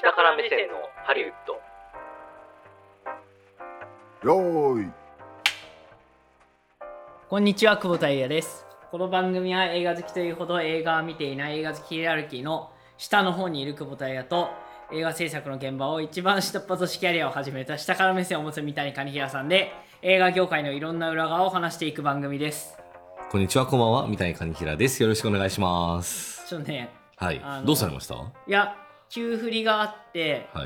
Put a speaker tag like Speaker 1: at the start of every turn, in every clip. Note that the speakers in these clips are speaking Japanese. Speaker 1: 下から目線のハリウッド
Speaker 2: よーい
Speaker 3: こんにちは、久保田也です。この番組は映画好きというほど映画は見ていない映画好きヒエラルキーの下の方にいる久保田也と映画制作の現場を一番下っ端としキャリアを始めた下から目線を持つ三谷兼平さんで映画業界のいろんな裏側を話していく番組です。
Speaker 4: こんにちは、こんばんは、三谷兼平です。よろしくお願いします。
Speaker 3: ちょっとね、
Speaker 4: はい
Speaker 3: あの、
Speaker 4: どうされました。はい
Speaker 3: や、急振りがあって、
Speaker 4: い。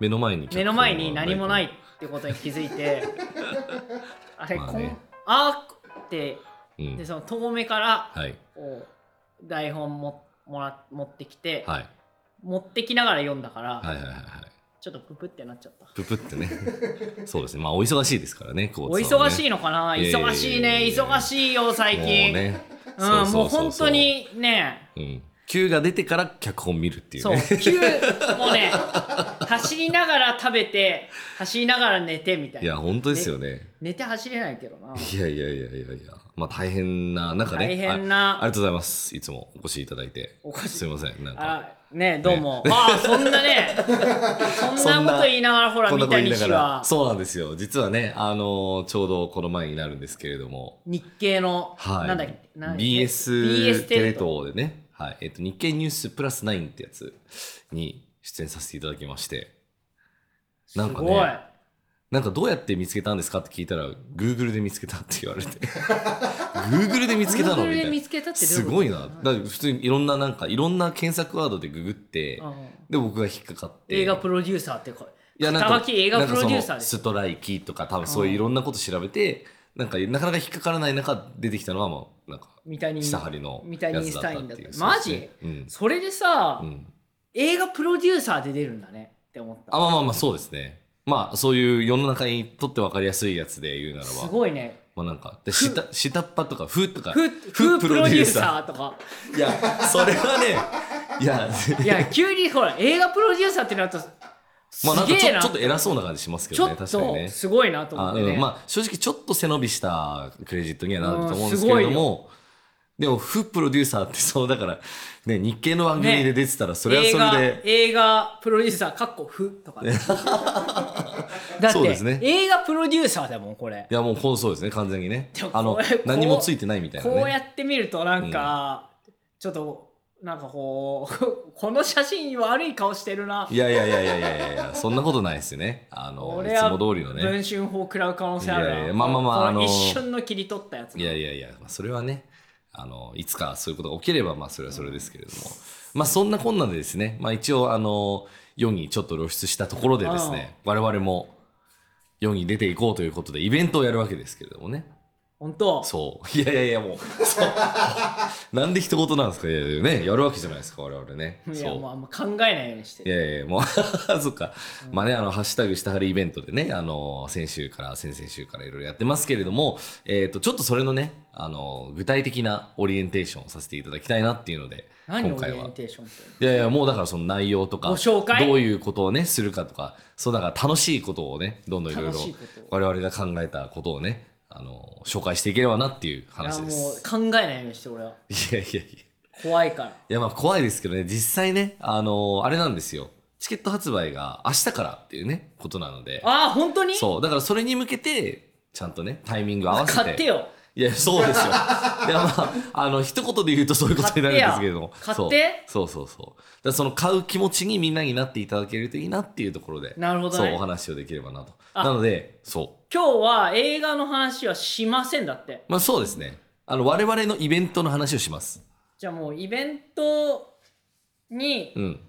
Speaker 4: 目の前に。
Speaker 3: 目の前に何もない。ってことに気づい て、あれ、
Speaker 4: まあ
Speaker 3: こん
Speaker 4: ね
Speaker 3: あーって、
Speaker 4: う
Speaker 3: で
Speaker 4: ん。
Speaker 3: その遠目から
Speaker 4: はい。
Speaker 3: こう台本ももら持ってきて、
Speaker 4: はい。
Speaker 3: 持ってきながら読んだから、
Speaker 4: はいはいはいはい。
Speaker 3: ちょっとププってなっちゃった。
Speaker 4: ぷ ぷってね。そうですね。まあ、お忙しいですからね。
Speaker 3: お忙しい
Speaker 4: い。
Speaker 3: のかな、
Speaker 4: いやいやいや
Speaker 3: 忙しいね、
Speaker 4: いやいや
Speaker 3: 忙しいよ、最
Speaker 4: もう
Speaker 3: 近。
Speaker 4: ね。
Speaker 3: うん、もう
Speaker 4: そそ
Speaker 3: 本
Speaker 4: そそ
Speaker 3: 当。にね、
Speaker 4: うん。Q が出てから脚本見るっていう
Speaker 3: そう、
Speaker 4: ね。
Speaker 3: 急、もうね、走りながら食べて、走りながら寝てみたい
Speaker 4: い
Speaker 3: な。
Speaker 4: や、本当ですよね。
Speaker 3: 寝て走れないけどな。
Speaker 4: いやいやいやいやいや。まあ、大変な、なんかね。
Speaker 3: 大変
Speaker 4: あ。あり
Speaker 3: な。
Speaker 4: がとうございます。いつもお越しいただいて。
Speaker 3: お越し
Speaker 4: すみません。なんか。
Speaker 3: あねどうも。ああ、そんな ね、そんなこと言いながら、ほら、
Speaker 4: こんな
Speaker 3: 三
Speaker 4: こと言い
Speaker 3: 谷氏
Speaker 4: ながら
Speaker 3: は、
Speaker 4: そうなんですよ実はねあのちょうどこの前になるんですけれども
Speaker 3: 日系の、
Speaker 4: はい
Speaker 3: なんだっけ、なんだっけ
Speaker 4: BS テレ
Speaker 3: 東
Speaker 4: 東でね、はいえっと日経ニュースプラス9ってやつに出演させていただきましてなんかね
Speaker 3: すごい。
Speaker 4: なんかどうやって見つけたんですかって聞いたら Google で見つけたって言わ れて Google で見つけたの
Speaker 3: Google
Speaker 4: みた
Speaker 3: で見
Speaker 4: い
Speaker 3: つけたっ
Speaker 4: な
Speaker 3: てどう
Speaker 4: す
Speaker 3: うこと
Speaker 4: ごいなだから普通にいろんななんかいろんな検索ワードでググって
Speaker 3: うん
Speaker 4: で僕が引っかかって
Speaker 3: 映画プロデューサーってこれ。
Speaker 4: いやなんか
Speaker 3: 肩書き映画プロデューサー
Speaker 4: なんかその
Speaker 3: です
Speaker 4: ストライキとか多分そういういろんなこと調べて、なんかなかなか引っかからない中出てきたのはもうなんか
Speaker 3: みたいに
Speaker 4: 下張りの
Speaker 3: みたいに
Speaker 4: やつだったっ
Speaker 3: イ
Speaker 4: て
Speaker 3: ンスタインだ
Speaker 4: い
Speaker 3: っ
Speaker 4: う
Speaker 3: たマジ
Speaker 4: そうですね
Speaker 3: それでさ、
Speaker 4: うん、うん、
Speaker 3: 映画プロデューサーで出るんだねって思った
Speaker 4: あまあまあまあそうですねまあそういう世の中にとって分かりやすいやつで言うならば
Speaker 3: すごいね
Speaker 4: まあなんかで下下っ端とか「ふ」とか
Speaker 3: フフープロデューサ
Speaker 4: ー
Speaker 3: ーとか
Speaker 4: いやそれはねいや
Speaker 3: いや急にほら映画プロデューサーってなるとす
Speaker 4: まあなんか
Speaker 3: げ
Speaker 4: ち
Speaker 3: え
Speaker 4: ょ
Speaker 3: な
Speaker 4: ちょっと偉そうな感じしますけ
Speaker 3: ちょっ
Speaker 4: どね確かに
Speaker 3: と
Speaker 4: ね
Speaker 3: すごいなと思
Speaker 4: あ
Speaker 3: ってね
Speaker 4: うん、まあ正直ちょっと背伸びしたクレジットにはなると思うんですけれども、でもフプロデューサーってそうだから、ね、日系の番組で出てたらそれは
Speaker 3: 映
Speaker 4: そ
Speaker 3: 画
Speaker 4: れで、
Speaker 3: 映画プロデューサーかっこフとか ねだっ
Speaker 4: そうで
Speaker 3: て、
Speaker 4: すね
Speaker 3: 映画プロデューサーだもんこれ
Speaker 4: いやもうほんそうですね完全にね
Speaker 3: でも
Speaker 4: あの
Speaker 3: これこう
Speaker 4: 何もついてないみたいなね
Speaker 3: こうやって見るとなんか、ちょっとなんかこう この写真悪い顔してるない
Speaker 4: やいやいやいやいやいやいやそんなことないですよねあのい
Speaker 3: 俺
Speaker 4: つ
Speaker 3: は
Speaker 4: も通りのね
Speaker 3: 文春法食らう可能性ある
Speaker 4: いやい
Speaker 3: な
Speaker 4: やまあまあまあ
Speaker 3: この
Speaker 4: あの
Speaker 3: 一瞬の切り取ったやつ
Speaker 4: いやいやいや、まあ、それはねあのいつかそういうことが起きればまあそれはそれですけれども、まあそんなこんなでですね、まあ、一応あの世にちょっと露出したところでですね我々も世に出ていこうということでイベントをやるわけですけれどもね
Speaker 3: 本当
Speaker 4: そういやいやいやもうそうなんで一言なんですかいやいやねやるわけじゃないですか我々ね
Speaker 3: い
Speaker 4: そ
Speaker 3: や
Speaker 4: う
Speaker 3: もうあんま考えないようにして
Speaker 4: いやいやいやもう そっか、まあねあの「ハッシュタグしたはりイベント」でねあの先週から先々週からいろいろやってますけれども、えー、とちょっとそれのねあの具体的なオリエンテーションをさせていただきたいなっていうので
Speaker 3: 何オ
Speaker 4: 今
Speaker 3: リ
Speaker 4: 回
Speaker 3: エ
Speaker 4: は
Speaker 3: ンテーションって
Speaker 4: いやいやもうだからその内容とか
Speaker 3: ご紹介
Speaker 4: どういうことをねするかとかそうだから楽しいことをねどんどんいろいろ
Speaker 3: 楽しいこと
Speaker 4: 我々が考えたことをねあの紹介していければなっていう話
Speaker 3: い
Speaker 4: で
Speaker 3: やもう
Speaker 4: す。
Speaker 3: 考えないようにして俺はい
Speaker 4: や いやいや
Speaker 3: 怖いから
Speaker 4: いやまあ怖いですけどね実際ねあのーあれなんですよチケット発売が明日からっていうねことなので
Speaker 3: ああ本当に
Speaker 4: そうだからそれに向けてちゃんとねタイミング合わせて
Speaker 3: 買ってよ
Speaker 4: いやそうですよいやまああの一言で言うとそういうことになるんですけれども
Speaker 3: 買ってよ買って
Speaker 4: そうそうそうそうだからその買う気持ちにみんなになっていただけるといいなっていうところで
Speaker 3: なるほどね
Speaker 4: そうお話をできればなと
Speaker 3: あ
Speaker 4: なのでそう
Speaker 3: 今日は映画の話はしませんだって
Speaker 4: まあそうですねあの我々のイベントの話をします
Speaker 3: じゃあもうイベントに
Speaker 4: うん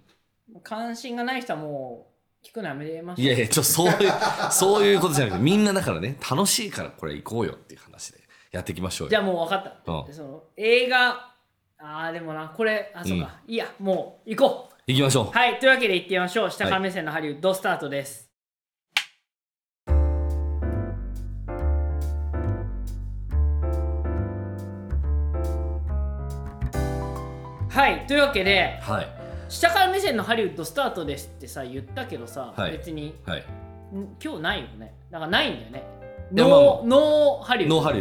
Speaker 3: 関心がない人はもう聞くのやめましょ
Speaker 4: いうやい や、ちょ、そう いう、そういうことじゃなくて、みんなだからね、楽しいからこれ行こうよっていう話でやっていきましょうよ。
Speaker 3: じゃあもう分かった、
Speaker 4: うん
Speaker 3: その映画ああでもなこれあそうか、いいやもう行こう
Speaker 4: 行きましょう。
Speaker 3: はいというわけで行ってみましょう下から目線のハリウッドスタートです、はい、というわけで
Speaker 4: はい。
Speaker 3: 下から目線のハリウッドスタートですってさ言ったけどさ、
Speaker 4: はい
Speaker 3: 別に
Speaker 4: はい。
Speaker 3: ん今日ないよねだからないんだよね
Speaker 4: いやまあま
Speaker 3: ノーノーハリウッド
Speaker 4: ノーハ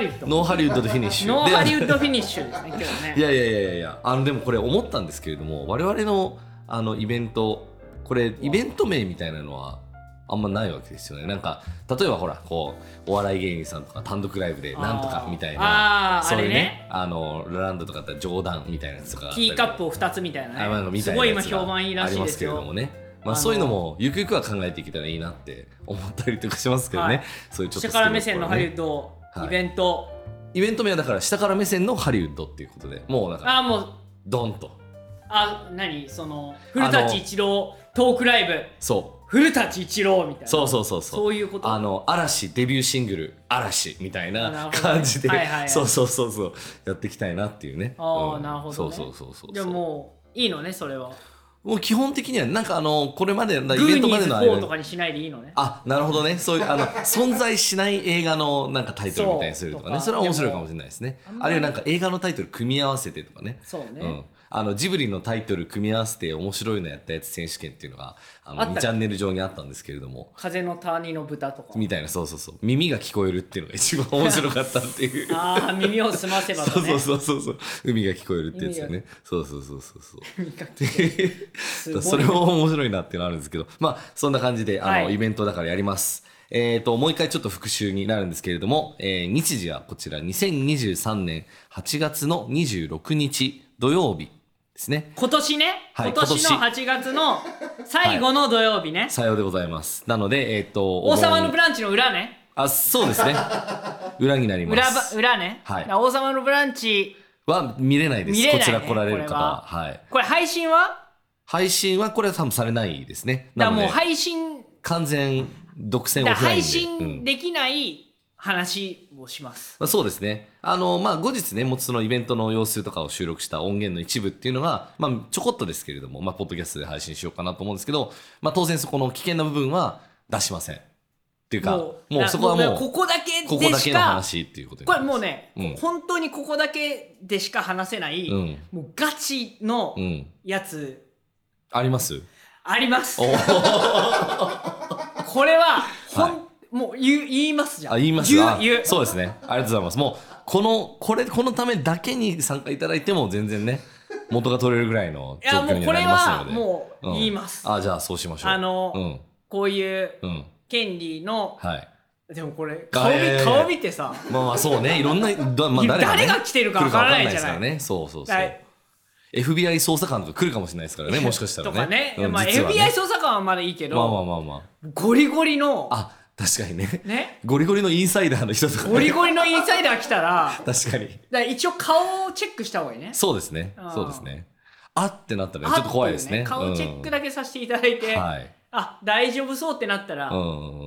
Speaker 4: リウッド
Speaker 3: ノーハリウッド
Speaker 4: ノーハリウッドでフィニッシュ。
Speaker 3: ノーハリウ
Speaker 4: ド
Speaker 3: ッドフィニッシュですね、今日ね。
Speaker 4: いやいやいやいや、あの、でもこれ思ったんですけれども、我々の、あの、イベント、これイベント名みたいなのはあんまないわけですよねなんか例えばほらこうお笑い芸人さんとか単独ライブでなんとかみたい
Speaker 3: あ
Speaker 4: な
Speaker 3: ー
Speaker 4: そういう
Speaker 3: あれね
Speaker 4: ねあのラランドとかだったら冗談みたいなやつとか
Speaker 3: ティーカップを2つみたい
Speaker 4: あま
Speaker 3: な
Speaker 4: あ
Speaker 3: ね
Speaker 4: み
Speaker 3: す
Speaker 4: た
Speaker 3: ごい
Speaker 4: いな
Speaker 3: 今
Speaker 4: やつが
Speaker 3: 評判いいら
Speaker 4: あ
Speaker 3: し
Speaker 4: り
Speaker 3: い
Speaker 4: ま
Speaker 3: ですす
Speaker 4: けれど
Speaker 3: よ
Speaker 4: もねまあ
Speaker 3: あの
Speaker 4: そういうのもゆくゆくは考えていけたらいいなって思ったりとかしますけど
Speaker 3: は
Speaker 4: ね
Speaker 3: い
Speaker 4: そういうちょっと
Speaker 3: 下
Speaker 4: ス
Speaker 3: か
Speaker 4: ケベ
Speaker 3: ら
Speaker 4: な
Speaker 3: 目線の
Speaker 4: とこ
Speaker 3: ハリ
Speaker 4: ろね
Speaker 3: ウッド
Speaker 4: はい
Speaker 3: イベント、
Speaker 4: イベント名はだから下から目線のハリウッドっていうことでもうだから
Speaker 3: ああもう
Speaker 4: ドンと
Speaker 3: あ何その古舘一郎トークライブ
Speaker 4: そ
Speaker 3: 古舘一郎みたいうな
Speaker 4: そうそうそう
Speaker 3: そ
Speaker 4: そう
Speaker 3: ういうこと
Speaker 4: あの嵐デビューシングル「嵐」みたい
Speaker 3: なるほ
Speaker 4: な
Speaker 3: どね
Speaker 4: 感じで、
Speaker 3: はいはいはい
Speaker 4: そうそうそうそうやっていきたいなっていうね
Speaker 3: あー
Speaker 4: うん
Speaker 3: なるほどね
Speaker 4: そうそうそうそう
Speaker 3: でももういいのねそれは
Speaker 4: もう基本的にはなんかあのこれまで
Speaker 3: グ
Speaker 4: イベ
Speaker 3: ー
Speaker 4: ント
Speaker 3: ニ
Speaker 4: ま
Speaker 3: ー
Speaker 4: で
Speaker 3: ズ
Speaker 4: の
Speaker 3: 4とかにしないでいいのね
Speaker 4: あなるほどねそういうあの存在しない映画のなんかタイトルみたいにするとかね
Speaker 3: そう
Speaker 4: それは面白いかもしれないですね
Speaker 3: あんま
Speaker 4: あ
Speaker 3: り
Speaker 4: るいはなんか映画のタイトル組み合わせてとかね
Speaker 3: そうね、
Speaker 4: うん、あのジブリのタイトル組み合わせて面白いのやったやつ選手権っていうのがあの
Speaker 3: あった
Speaker 4: 2チャンネル上にあったんですけれども
Speaker 3: 風の谷の豚とか
Speaker 4: みたいなそうそうそう耳が聞こえるっていうのが一番面白かったっていう
Speaker 3: ああ耳を澄ませばと
Speaker 4: そう
Speaker 3: ね
Speaker 4: そうそうそうそう海が聞こえるってやつよねそうそうそうそう そう
Speaker 3: すご
Speaker 4: だか
Speaker 3: い
Speaker 4: らそれも面白いなっていうのあるんですけど まあそんな感じであの、
Speaker 3: はい
Speaker 4: イベントだからやりますえー、ともう一回ちょっと復習になるんですけれども、えー日時はこちら2023年8月の26日土曜日ですね
Speaker 3: 今年ね、
Speaker 4: はい
Speaker 3: 今年の
Speaker 4: 今
Speaker 3: 8月の最後の土曜日ね、
Speaker 4: さようでございますなのでえっ、と
Speaker 3: 王様
Speaker 4: お
Speaker 3: の
Speaker 4: 盆
Speaker 3: ブランチの裏ね
Speaker 4: あそうで すね裏になりま
Speaker 3: 裏ば
Speaker 4: す
Speaker 3: 裏ね、
Speaker 4: はい
Speaker 3: 王様のブランチ
Speaker 4: は見れないです
Speaker 3: 見れないね
Speaker 4: こちら来られる
Speaker 3: これ
Speaker 4: 方
Speaker 3: は
Speaker 4: ははい
Speaker 3: これ配信は
Speaker 4: 配信はこれは多分されないですね
Speaker 3: だ
Speaker 4: な
Speaker 3: からも
Speaker 4: の
Speaker 3: う
Speaker 4: で
Speaker 3: 配信
Speaker 4: 完全独占
Speaker 3: だか
Speaker 4: オ
Speaker 3: ら
Speaker 4: フライン
Speaker 3: 配
Speaker 4: で
Speaker 3: 信
Speaker 4: うん
Speaker 3: できない話をします、
Speaker 4: まあ、そうですねあのまあ後日ねもうそのイベントの様子とかを収録した音源の一部っていうのが、まあ、ちょこっとですけれども、まあ、ポッドキャストで配信しようかなと思うんですけど、まあ、当然そこの危険な部分は出しませんっていうかもう
Speaker 3: な
Speaker 4: そこはもう
Speaker 3: こ
Speaker 4: こ
Speaker 3: こだけでしか
Speaker 4: こだけの話っていうことに
Speaker 3: こ
Speaker 4: な
Speaker 3: れ
Speaker 4: ります
Speaker 3: もうね、
Speaker 4: うん
Speaker 3: 本当にここだけでしか話せない、
Speaker 4: うん
Speaker 3: もうガチの
Speaker 4: うん
Speaker 3: やつ
Speaker 4: あります
Speaker 3: あります、
Speaker 4: お
Speaker 3: これはほん、
Speaker 4: は
Speaker 3: もう言う言いますじゃん
Speaker 4: あ言います
Speaker 3: 言う
Speaker 4: あ
Speaker 3: 言う
Speaker 4: そうですねありがとうございますもうこのこれこのためだけに参加いただいても全然ね元が取れるぐらいの
Speaker 3: い
Speaker 4: 状
Speaker 3: やも
Speaker 4: 況
Speaker 3: う
Speaker 4: に
Speaker 3: こ
Speaker 4: な
Speaker 3: れ
Speaker 4: ります
Speaker 3: は
Speaker 4: ので
Speaker 3: もう言います、
Speaker 4: あじゃあそうしましょう
Speaker 3: あのこういう
Speaker 4: うんうん
Speaker 3: 権利の
Speaker 4: はい
Speaker 3: でもこれ顔
Speaker 4: いやいや
Speaker 3: 見
Speaker 4: いや
Speaker 3: 顔見てさ
Speaker 4: まあまあそうねいろんなだ、まあ、
Speaker 3: い
Speaker 4: 誰が,、ね、
Speaker 3: 誰が来てるかわからないじゃない
Speaker 4: 来るかわからですからねそうそうそう、
Speaker 3: はい
Speaker 4: FBI 捜査官とか来るかもしれないで すからねもしかしたら
Speaker 3: と
Speaker 4: ね
Speaker 3: かね、
Speaker 4: うん
Speaker 3: まあ、
Speaker 4: 実
Speaker 3: FBI
Speaker 4: はね
Speaker 3: 捜査官はまだいいけど、
Speaker 4: まあまあまあま
Speaker 3: ゴリゴリの
Speaker 4: ああ確かにね
Speaker 3: ね
Speaker 4: ゴリゴリのインサイダーの人とか、ね、
Speaker 3: ゴリゴリのインサイダー来たら
Speaker 4: 確かに
Speaker 3: だから一応顔をチェックした方がいいね
Speaker 4: そうですね
Speaker 3: あー
Speaker 4: そうですねあってなったらねちょっと怖いですね
Speaker 3: あってう顔チェックだけさせていただいて、
Speaker 4: うんはい
Speaker 3: あ大丈夫そうってなったら、
Speaker 4: うんうんうん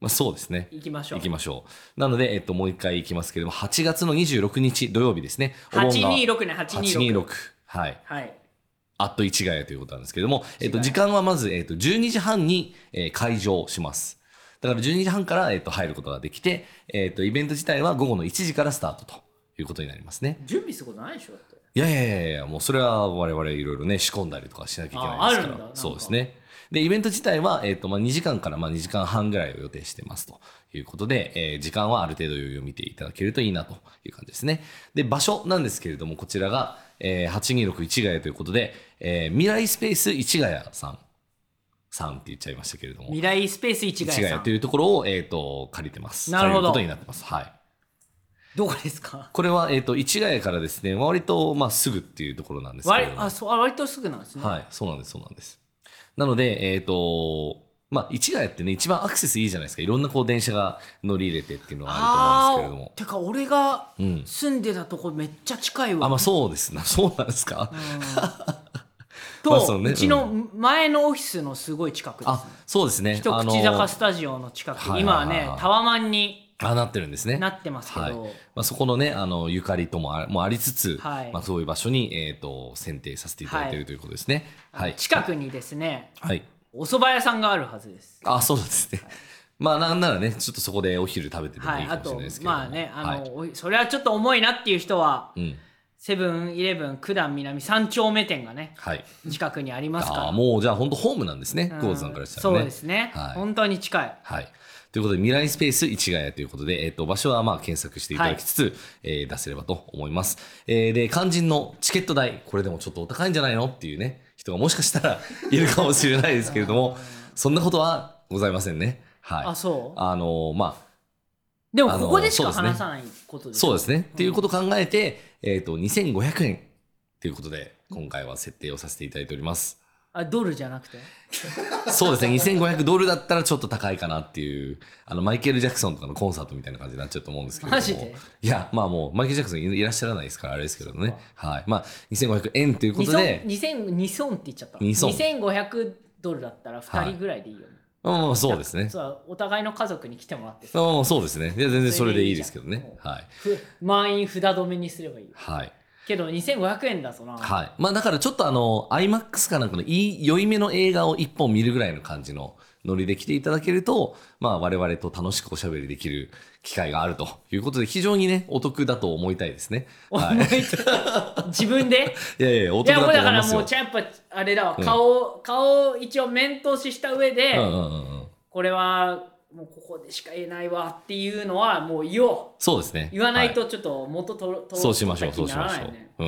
Speaker 4: まあ、そうですね
Speaker 3: 行きましょう
Speaker 4: 行きましょうなので、えっと、もう一回行きますけれども8月の26日土曜日ですねお盆が
Speaker 3: 826ね826
Speaker 4: 826はい
Speaker 3: はい
Speaker 4: あっと一概ということなんですけれども、えっ
Speaker 3: 違
Speaker 4: と、
Speaker 3: い
Speaker 4: 時間はまず、えっと、12時半に、えー開場します。だから12時半から、えっと、入ることができて、えっと、イベント自体は午後の1時からスタートということになりますね。
Speaker 3: 準備することないでしょだって
Speaker 4: いやいやいやいや、もうそれは我々いろいろね、仕込んだりとかしなきゃいけないです
Speaker 3: ああるん
Speaker 4: か
Speaker 3: だなん
Speaker 4: ら。
Speaker 3: か
Speaker 4: そうですね。で、イベント自体は、えっと、まあ、2時間から、まあ、2時間半ぐらいを予定してますということで、えー時間はある程度余裕を見ていただけるといいなという感じですね。で、場所なんですけれども、こちらが、えー826市ヶ谷ということで、えー未来スペース市ヶ谷さん、さんって言っちゃいましたけれども
Speaker 3: 未、来スペース市
Speaker 4: 市
Speaker 3: ヶ
Speaker 4: ヶ
Speaker 3: 谷さ
Speaker 4: 谷
Speaker 3: ん
Speaker 4: というところを、えっ、と、借りてます。
Speaker 3: なるほど
Speaker 4: 借りることになってます。はい。
Speaker 3: どこですか
Speaker 4: これは、えっ、と、市ヶ谷からですね、割と、まあ、すぐっていうところなんですけれ
Speaker 3: 割
Speaker 4: ども。
Speaker 3: あそうあ割とすぐなんですね、
Speaker 4: はい、そうなんです、そうなんです。なので、えっ、と、まあ、市ヶ谷ってね、一番アクセスいいじゃないですか。いろんなこう電車が乗り入れてっていうのはあると思うん
Speaker 3: あーてか俺が
Speaker 4: うん
Speaker 3: 住んでたとこめっちゃ近いわ、
Speaker 4: あ、まあそうです な。そうなんです か。
Speaker 3: と、
Speaker 4: まあ
Speaker 3: う
Speaker 4: そうね
Speaker 3: ちの前のオフィスのすごい近くです、ね
Speaker 4: あ、そうですね。
Speaker 3: 一
Speaker 4: あの
Speaker 3: 口坂スタジオの近く、
Speaker 4: はい
Speaker 3: 今は
Speaker 4: はいはい
Speaker 3: ね
Speaker 4: はい
Speaker 3: タワマンに
Speaker 4: あ、なってるんですね。
Speaker 3: なってますけど、
Speaker 4: はいまあ、そこのね、あの、ゆかりともあもありつつ、
Speaker 3: はい
Speaker 4: まあそういう場所に、えっ、と、選定させていただいてい
Speaker 3: はい
Speaker 4: るということですね。はい。
Speaker 3: 近くにですね
Speaker 4: はい。
Speaker 3: お蕎麦屋さんがあるはずです
Speaker 4: あ、そうなんですね。まあ、なんならね、ちょっとそこでお昼食べても
Speaker 3: はい
Speaker 4: い
Speaker 3: い
Speaker 4: か
Speaker 3: あ
Speaker 4: もしれ
Speaker 3: と
Speaker 4: ないですけれども。
Speaker 3: まあねあの
Speaker 4: はい、、
Speaker 3: おいそれはちょっと重いなっていう人は
Speaker 4: うん。
Speaker 3: セブンイレブン九段南三丁目店がね
Speaker 4: はい。
Speaker 3: 近くにありますから
Speaker 4: ああーもうじゃあ本当ホームなんですね、
Speaker 3: うん
Speaker 4: 久保田さんからしたらね。
Speaker 3: そうですね、
Speaker 4: はい
Speaker 3: 本当に近い
Speaker 4: はい、ということで未来スペース市ヶ谷ということで、えっと場所はまあ検索していただきつつ、えー出せればと思います。えーで肝心のチケット代これでもちょっとお高いんじゃないのっていうね人がもしかした らいるかもしれないですけれども、そんなことはございませんね。はい。
Speaker 3: あ、
Speaker 4: あ
Speaker 3: そう。
Speaker 4: の、まあ、
Speaker 3: でも
Speaker 4: あの
Speaker 3: ここでしか
Speaker 4: そうですね
Speaker 3: 話さないことです。
Speaker 4: そうですね。っていうこととを考えて、えっ、と、2500円ということで、今回は設定をさせていただいております。
Speaker 3: あ、ドルじゃなくて。
Speaker 4: そうですね。2500ドルだったらちょっと高いかなっていう、あの、マイケル・ジャクソンとかのコンサートみたいな感じになっちゃうと思うんですけれど
Speaker 3: マ
Speaker 4: も。
Speaker 3: ジで
Speaker 4: いや、まあもう、マイケル・ジャクソンいらっしゃらないですから、あれですけどね。はい。まあ、2500円というこ
Speaker 3: 二
Speaker 4: と
Speaker 3: ソン
Speaker 4: で、
Speaker 3: 二千二ソンって言っちゃった。
Speaker 4: 二ソン
Speaker 3: 2500ドルだったら二人ぐらいでいいよね。
Speaker 4: まあまあまあそうですね。
Speaker 3: そうお互いの家族に来てもらってさ
Speaker 4: まあまあまあそうですね。いや、全然それでいいですけど
Speaker 3: それで
Speaker 4: ね
Speaker 3: いい。じ
Speaker 4: はい。
Speaker 3: ふ満員札止めにすればいいよ
Speaker 4: はい。
Speaker 3: けど2500円だそな、
Speaker 4: はい。まあだからちょっとあの、IMAX かなんかのいい、良い目の映画を一本見るぐらいの感じのノリで来ていただけると、まあ我々と楽しくおしゃべりできる機会があるということで、非常にね、お得だと思いたいですね。はい。
Speaker 3: 思いつ自分で
Speaker 4: いやいや、お
Speaker 3: い
Speaker 4: 得
Speaker 3: や
Speaker 4: だと
Speaker 3: もう
Speaker 4: 思い
Speaker 3: だから
Speaker 4: ます
Speaker 3: も
Speaker 4: よ。
Speaker 3: うちゃやっぱあれだわ
Speaker 4: うん
Speaker 3: 顔、顔を一応面通しした上で、
Speaker 4: うんうんうんうん。
Speaker 3: これはもうここでしか言えないわっていうのはもう言おう
Speaker 4: そうですね。
Speaker 3: 言わない
Speaker 4: は
Speaker 3: とちょっと元とろ、と
Speaker 4: そうしましょう、そ
Speaker 3: 取
Speaker 4: う
Speaker 3: っ
Speaker 4: し
Speaker 3: 気に
Speaker 4: たま
Speaker 3: な
Speaker 4: し
Speaker 3: ら
Speaker 4: ょ
Speaker 3: ない
Speaker 4: う
Speaker 3: ね。
Speaker 4: う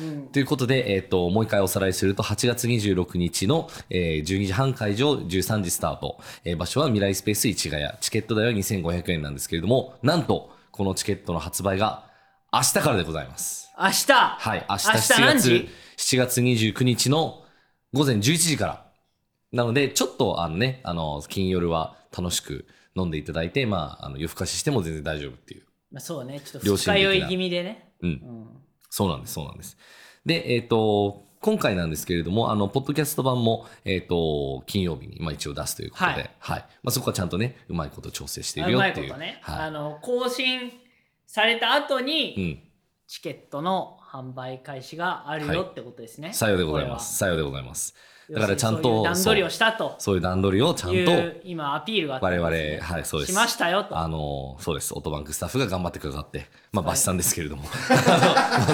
Speaker 4: ん。
Speaker 3: うん
Speaker 4: ということで、えっ、と、もう一回おさらいすると、8月26日の、えー12時半会場、13時スタート。えー場所は未来スペース市ヶ谷。チケット代は2500円なんですけれども、なんと、このチケットの発売が明日からでございます。
Speaker 3: 明日
Speaker 4: はい、明日
Speaker 3: 明日何
Speaker 4: 7月
Speaker 3: 時、
Speaker 4: 7月29日の午前11時から。なので、ちょっと、あのね、あの、金夜は楽しく飲んでいただいて、まあ、あの夜更かししても全然大丈夫っていう。
Speaker 3: まあそうねちょっと
Speaker 4: 良
Speaker 3: 二
Speaker 4: 心
Speaker 3: 日
Speaker 4: 的な
Speaker 3: 酔い気味でね
Speaker 4: うん
Speaker 3: う。ん
Speaker 4: そうなんです、そうなんです。で、えっ、と、今回なんですけれども、あの、ポッドキャスト版も、えっ、と、金曜日に、まあ一応出すということで、
Speaker 3: は
Speaker 4: はいい。まあそこはちゃんとね、うまいこと調整してい
Speaker 3: あう
Speaker 4: るよ
Speaker 3: ま
Speaker 4: っ
Speaker 3: い
Speaker 4: て
Speaker 3: こ
Speaker 4: いう。
Speaker 3: とね、
Speaker 4: は
Speaker 3: あの更新された後に、
Speaker 4: い。うん。
Speaker 3: チケットの販売開始があるよってことですね。
Speaker 4: さようでございます。さようでございます。だからちゃん
Speaker 3: 要
Speaker 4: と
Speaker 3: するにそういう段取りをしたと
Speaker 4: そういう段取りをちゃん
Speaker 3: い
Speaker 4: と、
Speaker 3: う今アピールがあったんですね
Speaker 4: 我々はいそうです
Speaker 3: しましたよと。
Speaker 4: あの、そうです。オートバンクスタッフが頑張ってくださって、まあ、
Speaker 3: はい
Speaker 4: バシさんです けれども。
Speaker 3: ソフ
Speaker 4: あのまあ、そうで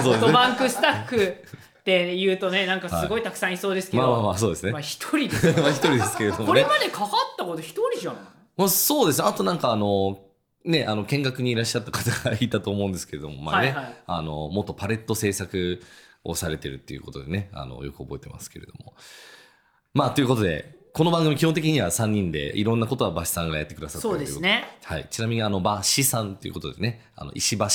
Speaker 4: す
Speaker 3: ト
Speaker 4: ね。
Speaker 3: バンクスタッフって言うとね、なんかすごいたくさんいそうですけど、
Speaker 4: まあまあまあ、 そうですね。
Speaker 3: まあ
Speaker 4: まあ、
Speaker 3: 一人ですよ
Speaker 4: 一人ですけれども、ね。
Speaker 3: これまでかかったこと一人じゃん。
Speaker 4: まあ、そうですね。あとなんかあの、ね、あの、見学にいらっしゃった方がいたと思うんですけれども、まあね、
Speaker 3: はいはい
Speaker 4: あの、元パレット制作をされてるっていうことでね、あの、よく覚えてますけれども。まあ、ということで、この番組基本的には3人で、いろんなことはバシさんがやってくださった
Speaker 3: そうです。ね。
Speaker 4: はい。ちなみに、あの、バシさんということでね、あの、石橋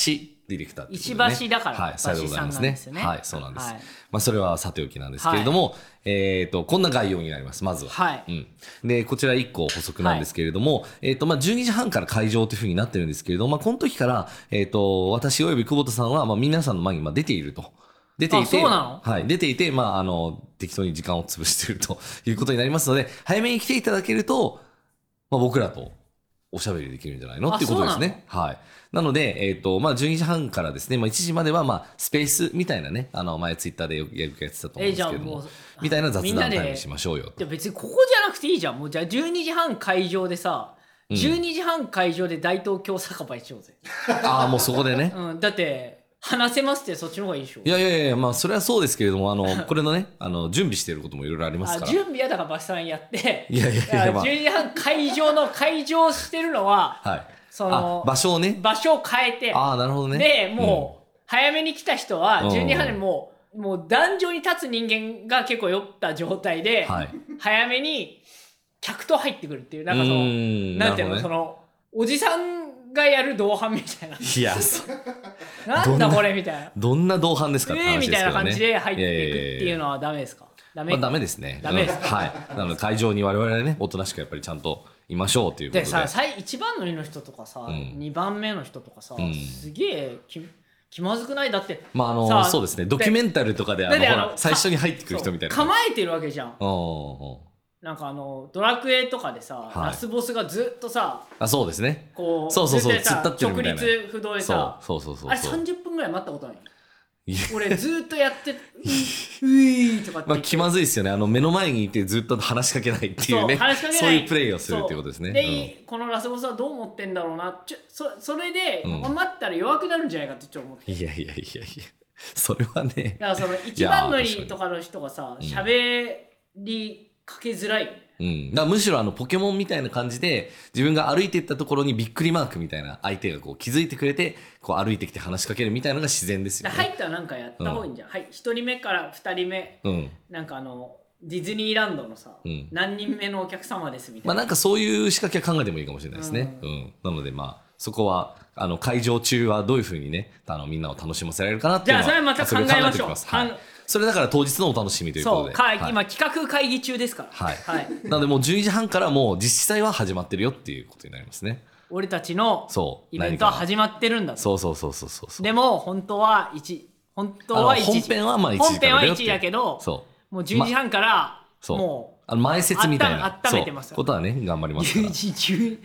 Speaker 4: ディレクターっていうことでね、
Speaker 3: 石橋だから
Speaker 4: はい、さようでございますね
Speaker 3: バシさんなんですよね
Speaker 4: はい、そうなんです。
Speaker 3: はい
Speaker 4: まあ、それはさておきなんですけれども、えっ、と、こんな概要になります、まずは。
Speaker 3: はい。
Speaker 4: うん、でこちら1個補足なんですけれども、えっとまあ、12時半から会場というふうになってるんですけれども、まあ、この時から、えっと私および久保田さんは、まあ、皆さんの前にまあ出ていると。出てい
Speaker 3: あそ
Speaker 4: て、
Speaker 3: うな
Speaker 4: はい、出ていて、まあ、あの、適当に時間を潰していると いうことになりますので、早めに来ていただけると、まあ、僕らとおしゃべりできるんじゃないの
Speaker 3: あ
Speaker 4: っていうことですね。はい。なので、えっ、と、まあ、12時半からですね、まあ、1時までは、まあ、スペースみたいなね、あの、前ツイッターでよくやってたと思うん
Speaker 3: え、じ
Speaker 4: です
Speaker 3: ゃあ
Speaker 4: けれど
Speaker 3: も
Speaker 4: も
Speaker 3: う、、
Speaker 4: みたいな雑
Speaker 3: みんな
Speaker 4: 談
Speaker 3: で
Speaker 4: タイムにしましょうよと。
Speaker 3: じゃあ別にここじゃなくていいじゃん。もうじゃあ12時半会場でさ、
Speaker 4: うん
Speaker 3: 12時半会場で大東京酒場しようぜ。
Speaker 4: ああ、もうそこでね。
Speaker 3: うん、だって話せますってそっちの方がいいでしょ
Speaker 4: いやいやいや、まあ、それはそうですけれども、あの、これのね、あの、準備していることもいろいろあります
Speaker 3: あ
Speaker 4: から。
Speaker 3: 準備はだからバシさんやって
Speaker 4: いやいやいや
Speaker 3: いや
Speaker 4: まあ
Speaker 3: 12時半会場の会場してるのは
Speaker 4: はい。
Speaker 3: そ
Speaker 4: あ
Speaker 3: の、
Speaker 4: 場所をね。
Speaker 3: 場所を変えて、
Speaker 4: ああ、なるほどね。
Speaker 3: でもう、早めに来た人は
Speaker 4: うん
Speaker 3: 12時半でもう,、もう壇上に立つ人間が結構酔った状態で、
Speaker 4: はい。
Speaker 3: 早めに客と入ってくるっていうなんかその
Speaker 4: うーん
Speaker 3: なんていうの、
Speaker 4: なる
Speaker 3: そ
Speaker 4: ほどね
Speaker 3: のおじさんがやる同伴みたい な
Speaker 4: いや、そ
Speaker 3: なん
Speaker 4: ど
Speaker 3: だ
Speaker 4: んな
Speaker 3: これみ たいな。
Speaker 4: どんな同伴ですかって
Speaker 3: ねえ
Speaker 4: 話
Speaker 3: み
Speaker 4: です
Speaker 3: たい
Speaker 4: け
Speaker 3: な
Speaker 4: どね。
Speaker 3: 感じで入っていくっていう
Speaker 4: の
Speaker 3: のはダメですかダメ
Speaker 4: まあ、ダメですね。
Speaker 3: ダメです
Speaker 4: うんはい。なので、会場に我々はね、おとなしくやっぱりちゃんといましょうということ
Speaker 3: で
Speaker 4: で。
Speaker 3: さ最1番乗りの人とかさ、
Speaker 4: ん
Speaker 3: 2番目の人とかさ、
Speaker 4: うん
Speaker 3: すげえき気まずくないだって
Speaker 4: まあ、あ
Speaker 3: さ
Speaker 4: の、そうですね。ドキュメンタルとかで、あ
Speaker 3: だ
Speaker 4: の、
Speaker 3: っ
Speaker 4: ほ
Speaker 3: てあ
Speaker 4: ら
Speaker 3: の、
Speaker 4: 最初に入ってくる人みたいな。
Speaker 3: 構えてるわけじゃん
Speaker 4: うんうんうん
Speaker 3: なんかあのドラクエとかでさ、
Speaker 4: はい
Speaker 3: ラスボスがずっとさ
Speaker 4: あ、そうですね。
Speaker 3: こう
Speaker 4: そうそうそう
Speaker 3: ずっとさ
Speaker 4: 突っ立ってるみたいな
Speaker 3: 直立不動で
Speaker 4: そう
Speaker 3: さ
Speaker 4: そうそうそうそう。
Speaker 3: あれ30分ぐらい待ったことない
Speaker 4: いや
Speaker 3: 俺ずっとやって「ういうい」とかって
Speaker 4: ま
Speaker 3: 言
Speaker 4: あ、
Speaker 3: って
Speaker 4: 気まずいですよね。あの、目の前にいてずっと話しかけないっていう
Speaker 3: そ
Speaker 4: ね。
Speaker 3: う話しかけない
Speaker 4: そういうプレイをするっていうことですね。うん
Speaker 3: で、このラスボスはどう思ってんだろうなちょそそれで、
Speaker 4: うん
Speaker 3: 頑張ったら弱くなるんじゃないかってちょっと思って
Speaker 4: いやいやいやいや、それはね。
Speaker 3: だからその一
Speaker 4: や
Speaker 3: 番乗
Speaker 4: 確か
Speaker 3: り
Speaker 4: に
Speaker 3: とかの人がさ
Speaker 4: うん
Speaker 3: 喋りかけづらいよね、
Speaker 4: うん、だからむしろあのポケモンみたいな感じで自分が歩いていったところにびっくりマークみたいな相手がこう気づいてくれてこう歩いてきて話しかけるみたいなのが自然です
Speaker 3: だ
Speaker 4: よね。
Speaker 3: から入ったらなんかやった方がいいんじゃん、はい1人目から2人目
Speaker 4: うん、
Speaker 3: なんかあのディズニーランドのさ、
Speaker 4: うん
Speaker 3: 何人目のお客様ですみたい
Speaker 4: まあ
Speaker 3: な。
Speaker 4: なんかそういう仕掛けは考えてもいいかもしれないですね。
Speaker 3: う
Speaker 4: うん。なのでまあ、そこは、あの、会場中はどういうふうにね、あの、みんなを楽しませられるかなっていうのは。
Speaker 3: じゃあそれはまた考えましょう
Speaker 4: それ考てきすはい
Speaker 3: かん
Speaker 4: それだから当日のお楽しみというこ
Speaker 3: そ
Speaker 4: と
Speaker 3: う
Speaker 4: で。
Speaker 3: か、
Speaker 4: はい
Speaker 3: 今企画会議中ですから。
Speaker 4: はい
Speaker 3: はい。
Speaker 4: なのでもう12時半からもう実施祭は始まってるよっていうことになりますね。
Speaker 3: 俺たちの
Speaker 4: そう。
Speaker 3: イベントは
Speaker 4: 何か
Speaker 3: 始まってるんだと。
Speaker 4: そうそうそうそうそうそう。
Speaker 3: でも本当は一本当
Speaker 4: あの
Speaker 3: は一時
Speaker 4: 本編はまあ1時
Speaker 3: 本編は
Speaker 4: からだよ
Speaker 3: 1
Speaker 4: って
Speaker 3: 時
Speaker 4: いう
Speaker 3: だけど、
Speaker 4: そう。
Speaker 3: もう10時半から
Speaker 4: そう
Speaker 3: も
Speaker 4: あの前説みたい
Speaker 3: あ
Speaker 4: な
Speaker 3: った温めてます
Speaker 4: そ
Speaker 3: よ
Speaker 4: うことはね頑張り
Speaker 3: う
Speaker 4: ますか
Speaker 3: 10
Speaker 4: ら
Speaker 3: 時10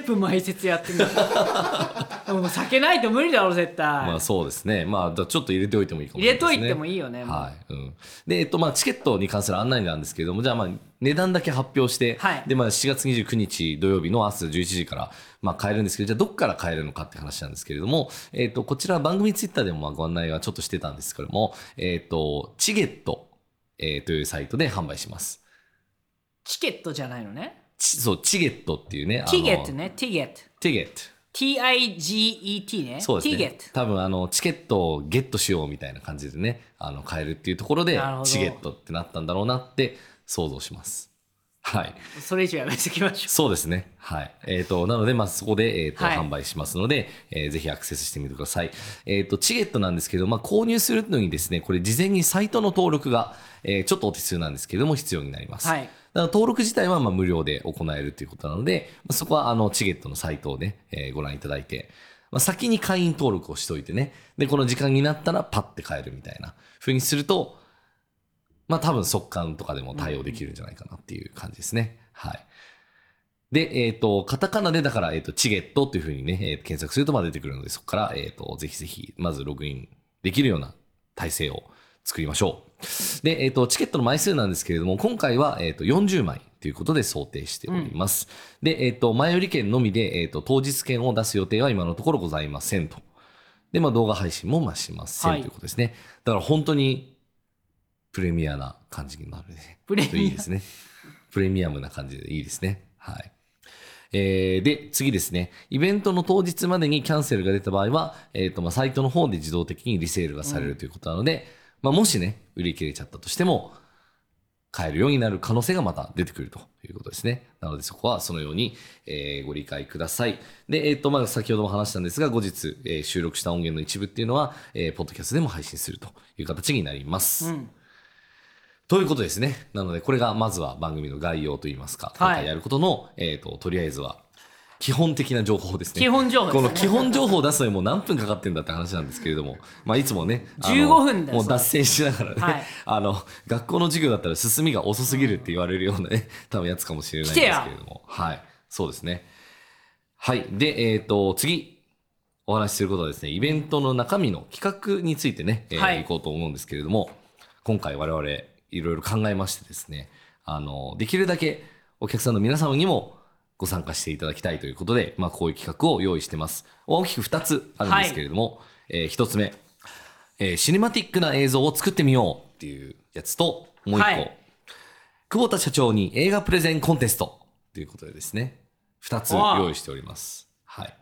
Speaker 3: 30分前説や ってんだからもう酒ないと無理だろ絶対、
Speaker 4: まあそうですねまあだからちょっと入れておいてもいいかもし
Speaker 3: 入
Speaker 4: れな
Speaker 3: れと
Speaker 4: い
Speaker 3: い
Speaker 4: ですね
Speaker 3: てもいいよね、もう
Speaker 4: はいうん、で、えっとまあ、チケットに関する案内なんですけれどもじゃあまあ値段だけ発表して、
Speaker 3: はい
Speaker 4: でまあ、7月29日土曜日の朝11時から、まあ、買えるんですけどじゃあどこから買えるのかって話なんですけれども、えっとこちら番組ツイッターでもまあご案内はちょっとしてたんですけれども、えっとチゲット、えーというサイトで販売します。
Speaker 3: チケットじゃないのね
Speaker 4: ちそうチゲットっていうねあの
Speaker 3: ティゲットねティゲット
Speaker 4: チゲット
Speaker 3: TIGET ね
Speaker 4: そうです
Speaker 3: ティ
Speaker 4: ね
Speaker 3: ゲット
Speaker 4: 多分あのチケットをゲットしようみたいな感じでねあの買えるっていうところで
Speaker 3: なるほど
Speaker 4: チゲットってなったんだろうなって想像しますはい
Speaker 3: それ以上やめておきましょ
Speaker 4: そうですねはいえっ、となのでまあそこで、えーと
Speaker 3: はい
Speaker 4: 販売しますので、えーぜひアクセスしてみてくださいえっ、とチゲットなんですけど、まあ、購入するのにですねこれ事前にサイトの登録が、えーちょっとお手数なんですけども必要になります、
Speaker 3: うはい
Speaker 4: だから登録自体はまあ無料で行えるということなので、まあそこはあのチゲットのサイトをね、えーご覧いただいて、まあ、先に会員登録をしといてね、で、この時間になったらパッて買えるみたいな風にすると、まあ多分速乾とかでも対応できるんじゃないかなっていう感じですね。はい。で、えっ、と、カタカナでだから、えっ、と、チゲットっていう風にね、えー検索するとまあ出てくるので、そこから、えっ、と、ぜひぜひ、まずログインできるような体制を作りましょう。で、えっ、と、チケットの枚数なんですけれども、今回は、えっ、と、40枚ということで想定しております。で、えっ、と、前売り券のみで、えっ、と、当日券を出す予定は今のところございませんと。で、まあ、動画配信もまあしません、
Speaker 3: はい
Speaker 4: ということですね。だから本当に、プレミアな感じになるね。
Speaker 3: プレ
Speaker 4: いい
Speaker 3: ミ
Speaker 4: ですね。 プレミアムな感じでいいですね。はい。えーで、次ですね。イベントの当日までにキャンセルが出た場合は、えっ、と、まあ、サイトの方で自動的にリセールがされるということなので、まあ、もしね、売り切れちゃったとしても、買えるようになる可能性がまた出てくるということですね。なのでそこはそのように、えーご理解ください。で、えっ、と、まあ、先ほども話したんですが、後日、えー収録した音源の一部っていうのは、えーポッドキャストでも配信するという形になります。
Speaker 3: ア、うん、
Speaker 4: ということですね。なので、これがまずは番組の概要といいます
Speaker 3: はい
Speaker 4: か、今回やることの、えっ、と、とりあえずは、基本的な情報ですね。
Speaker 3: 基本情報です
Speaker 4: こ
Speaker 3: ね
Speaker 4: の基本情報を出すのにもう何分かかってんだって話なんですけれ ども、まあ、いつもね、あの
Speaker 3: 15分だよ
Speaker 4: もう脱線しながらね、
Speaker 3: はい
Speaker 4: あの、学校の授業だったら進みが遅すぎるって言われるようなね、多分やつかもしれないんですけれども、はい。そうですね。はい。で、えっ、と、次。お話しすることはですね、イベントの中身の企画についてね、えー
Speaker 3: はい
Speaker 4: いこうと思うんですけれども、今回我々いろいろ考えましてですね、あの、できるだけお客さんの皆様にもご参加していただきたいということで、まあこういう企画を用意してます。大きく2つあるんですけれども、え1つ目、えーシネマティックな映像を作ってみようっていうやつと、もう1個、
Speaker 3: はい
Speaker 4: 久保田社長に映画プレゼンコンテストということでですね、2つ用意しております。はい。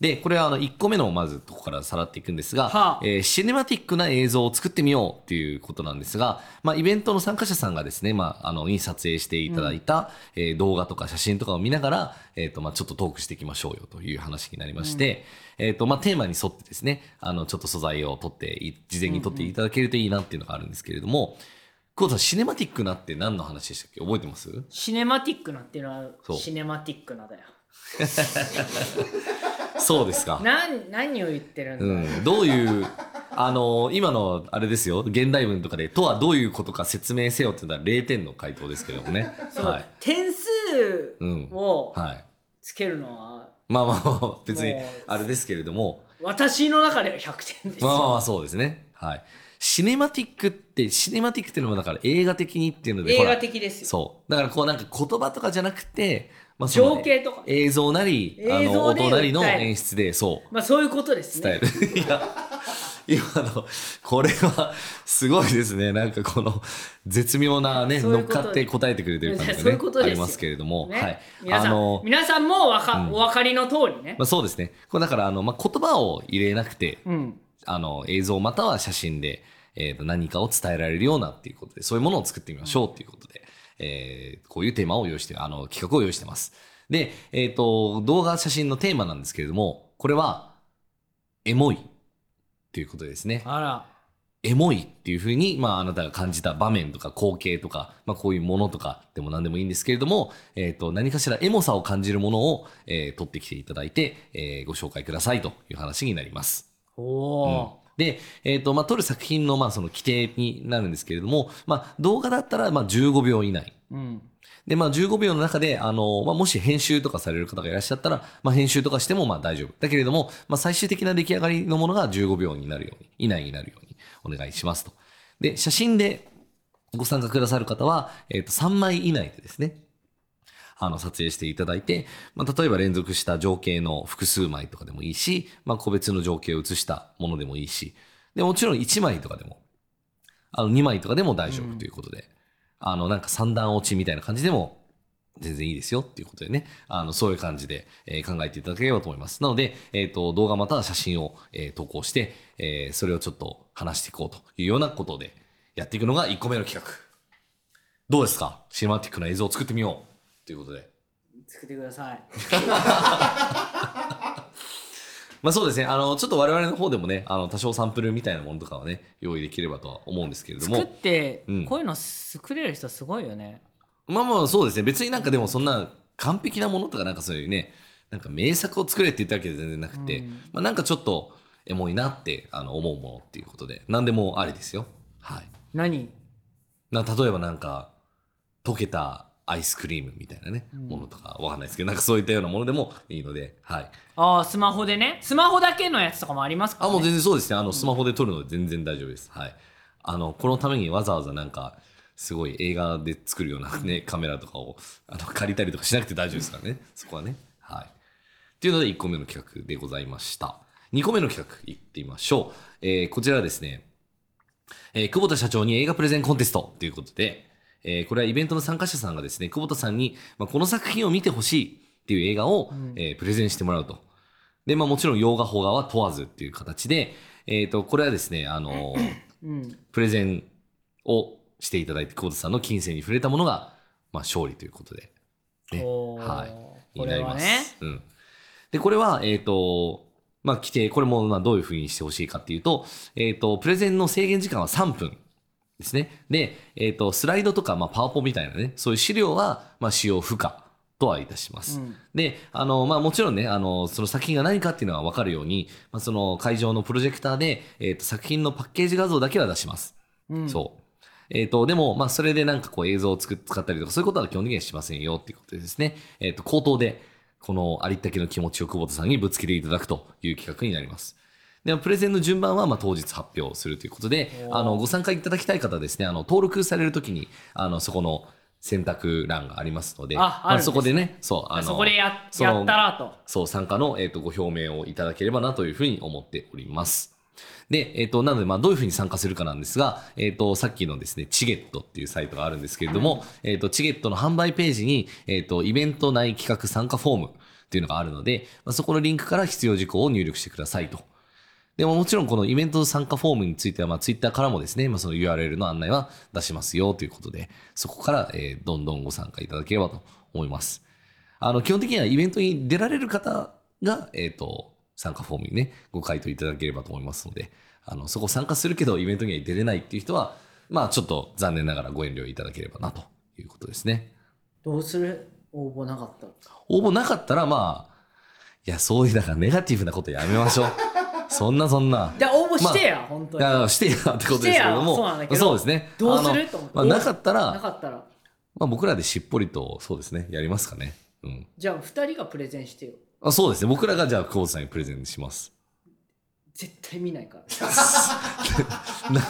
Speaker 4: で、これはあの1個目のまずとこからさらっていくんです
Speaker 3: は
Speaker 4: が、
Speaker 3: あ
Speaker 4: えーシネマティックな映像を作ってみようっていうことなんですが、まあ、イベントの参加者さんがですね、まあ、あの、に撮影していただいた、えー動画とか写真とかを見ながら、えっ、と、まあ、ちょっとトークしていきましょうよという話になりまして、えっ、と、まあ、テーマに沿ってですね、あの、ちょっと素材を取ってい、事前に取っていただけるといいなっていうのがあるんですけれども、久保田さん、シネマティックなって何の話でしたっけ覚えてます
Speaker 3: シネマティックなっていうの
Speaker 4: そ
Speaker 3: は
Speaker 4: う
Speaker 3: シネマティックなだよ
Speaker 4: そうですか。
Speaker 3: なん何を言ってるんだ、
Speaker 4: うん、どういう、あの今のあれですよ、現代文とかで、とはどういうことか説明せよっていうのは0点の回答ですけどもね。
Speaker 3: その
Speaker 4: はい。
Speaker 3: 点数
Speaker 4: うん。
Speaker 3: を
Speaker 4: はい。
Speaker 3: つけるのは
Speaker 4: まあまあまあ、別に
Speaker 3: もう
Speaker 4: あれですけれども、
Speaker 3: 私の中では100点ですよ、
Speaker 4: まあまあまあそうですね。はい。シネマティックって、シネマティックっていうのもだから映画的にっていうので、
Speaker 3: 映
Speaker 4: ほら
Speaker 3: 画的ですよ
Speaker 4: そう。だからこうなんか言葉とかじゃなくて、まあその
Speaker 3: 情景とか、
Speaker 4: 映像なり、あ
Speaker 3: 映
Speaker 4: の、
Speaker 3: 像で訴える
Speaker 4: 音なりの演出で、そう。
Speaker 3: まあそういうことです
Speaker 4: 伝え
Speaker 3: ね
Speaker 4: る。 いや、今の、これはすごいですね。なんかこの絶妙なね、
Speaker 3: そうい
Speaker 4: 乗
Speaker 3: う
Speaker 4: っ
Speaker 3: こと
Speaker 4: かって答えてくれてる感じ
Speaker 3: そういう
Speaker 4: が
Speaker 3: ことです
Speaker 4: ね、あ
Speaker 3: よ
Speaker 4: りますけれども、
Speaker 3: ね
Speaker 4: はい。
Speaker 3: 皆
Speaker 4: あ
Speaker 3: さん、
Speaker 4: の、
Speaker 3: 皆さんもわか、
Speaker 4: うん
Speaker 3: お分かりの通りね
Speaker 4: ま。あ、そうですね。これだから、あの、まあ、言葉を入れなくて、
Speaker 3: うん。
Speaker 4: あの、映像または写真で、えーと何かを伝えられるようなっていうことで、そういうものを作ってみましょうっていうことで、えーこういうテーマを用意して、あの、企画を用意してます。で、えっ、と、動画写真のテーマなんですけれども、これは、エモいっていうことですね。
Speaker 3: あら
Speaker 4: エモいっていうふうに、まあ、あなたが感じた場面とか光景とか、まあ、こういうものとかでも何でもいいんですけれども、えっ、と、何かしらエモさを感じるものを、えー取ってきていただいて、えーご紹介くださいという話になります。
Speaker 3: お
Speaker 4: うん
Speaker 3: お
Speaker 4: で、えっ、と、まあ、撮る作品の、まあ、その規定になるんですけれども、まあ、動画だったら、まあ、15秒以内。
Speaker 3: ー、うん
Speaker 4: で、まあ、15秒の中で、あの、まあ、もし編集とかされる方がいらっしゃったら、まあ、編集とかしても、まあ、大丈夫。だけれども、まあ、最終的な出来上がりのものが15秒になるように、以内になるようにお願いしますと。で、写真でご参加くださる方は、えっ、と、3枚以内でですね、あの、撮影していただいて、まあ、例えば連続した情景の複数枚とかでもいいし、まあ、個別の情景を写したものでもいいし、で、もちろん1枚とかでも、あの、2枚とかでも大丈
Speaker 3: うん
Speaker 4: 夫ということで、あの、なんか三段落ちみたいな感じでも、全然いいですよっていうことでね、あの、そういう感じで、えー考えていただければと思います。なので、えっ、と、動画または写真を、えー投稿して、えーそれをちょっと話していこうというようなことで、やっていくのが1個目の企画。どうですかシネマティックな映像を作ってみようということで。
Speaker 3: 作ってください
Speaker 4: まあそうですね。あの、ちょっと我々の方でもね、あの、多少サンプルみたいなものとかはね、用意できればとは思うんですけれど
Speaker 3: 作っ
Speaker 4: も。
Speaker 3: て、
Speaker 4: うん
Speaker 3: こういうの作れる人すごいよね
Speaker 4: まあまあそうですね。別になんかでもそんな完璧なものとかなんかそういうね、なんか名作を作れって言ったわけじゃ全然なくて、
Speaker 3: うん
Speaker 4: まあなんかちょっとエモいなってあの思うものっていうことで、何でもありですよ。はい。
Speaker 3: 何
Speaker 4: な例えばなんか溶けたアイスクリームみたいなね、
Speaker 3: うん
Speaker 4: ものとかわかんないですけどなんかそういったようなものでもいいのではい
Speaker 3: ああスマホでねスマホだけのやつとかもありますか
Speaker 4: あ
Speaker 3: ら、ね、
Speaker 4: もう全然そうですねあのスマホで撮るので全然大丈夫ですはいあのこのためにわざわざなんかすごい映画で作るようなね カメラとかをあの借りたりとかしなくて大丈夫ですからねそこはねはいっていうので1個目の企画でございました2個目の企画いってみましょう、えーこちらはですねえー久保田社長に映画プレゼンコンテストということで、えーこれはイベントの参加者さんがですね、久保田さんに、まあ、この作品を見てほしいっていう映画を、
Speaker 3: うん
Speaker 4: えープレゼンしてもらうと。で、まあもちろん洋画、邦画は問わずっていう形で、えっ、と、これはですね、あ のー
Speaker 3: うん
Speaker 4: プレゼンをしていただいて、久保田さんの金銭に触れたものが、まあ勝利ということで、ね
Speaker 3: おー
Speaker 4: はい
Speaker 3: こ
Speaker 4: にな
Speaker 3: れ
Speaker 4: り
Speaker 3: は
Speaker 4: ます。
Speaker 3: ね
Speaker 4: うん。で、これは、えっ、と、まあ規定、これもまあどういうふうにしてほしいかっていうと、えっ、と、プレゼンの制限時間は3分ですね。で、えっ、と、スライドとか、まあパワポみたいなね、そういう資料は、まあ使用不可とはいたします。
Speaker 3: うん
Speaker 4: で、あの、まあ、もちろんね、あの、その作品が何かっていうのは分かるように、まあ、その会場のプロジェクターで、えっ、と、作品のパッケージ画像だけは出します。
Speaker 3: うん、
Speaker 4: そう。えっ、と、でも、まあ、それでなんかこう映像を作っ使ったりとか、そういうことは基本的にはしませんよっていうことでですね。えっ、と、口頭で、このありったけの気持ちを久保田さんにぶつけていただくという企画になります。で、プレゼンの順番は、まあ、当日発表するということで
Speaker 3: お、ー
Speaker 4: あの、ご参加いただきたい方はですね、あの、登録されるときに、あの、そこの選択欄がありますので、
Speaker 3: あ
Speaker 4: ま
Speaker 3: あるんです
Speaker 4: そこでね、そう、あの、
Speaker 3: そこでや
Speaker 4: その
Speaker 3: やったらと
Speaker 4: そう、参加の、えっとご表明をいただければなというふうに思っております。で、えっ、と、なので、まあ、どういうふうに参加するかなんですが、えっ、と、さっきのですね、チゲットっていうサイトがあるんですけれども、えっ、と、チゲットの販売ページに、えっ、と、イベント内企画参加フォームっていうのがあるので、まあ、そこのリンクから必要事項を入力してくださいと。でももちろんこのイベント参加フォームについては、まあ、ツイッターからもですね、まあ、その URL の案内は出しますよということで、そこから、えーどんどんご参加いただければと思います。あの、基本的にはイベントに出られる方が、えっ、と、参加フォームにね、ご回答いただければと思いますので、あの、そこ参加するけどイベントには出れないっていう人は、まあ、ちょっと残念ながらご遠慮いただければなということですね。
Speaker 3: どうする応募なかったら
Speaker 4: 応募なかったら、まあ、いや、そういう、だからネガティブなことやめましょう。 そんなそんな。
Speaker 3: じゃあ応募してや、本当
Speaker 4: い
Speaker 3: に
Speaker 4: やしてやってことですけれども
Speaker 3: してやそうなんだけど
Speaker 4: ですね
Speaker 3: どうす
Speaker 4: あ
Speaker 3: る
Speaker 4: の
Speaker 3: と思って、
Speaker 4: まあ、なかったら
Speaker 3: なかったら
Speaker 4: まあ、僕らでしっぽりとそうですねやりますかねうん
Speaker 3: じゃあ2人がプレゼンしてよ
Speaker 4: あそうですね僕らがじゃあ久保田さんにプレゼンします
Speaker 3: 絶対見ないから
Speaker 4: な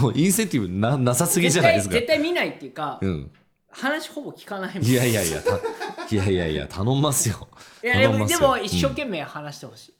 Speaker 4: もうインセンティブななさすぎじゃないですか
Speaker 3: 絶対絶対見ないっていうか、
Speaker 4: うん
Speaker 3: 話ほぼ聞かないもん
Speaker 4: いやいやいやたいやいやいや頼んますよ
Speaker 3: いやで
Speaker 4: 頼ん
Speaker 3: も
Speaker 4: ます
Speaker 3: で
Speaker 4: よ
Speaker 3: も一生懸命話してほし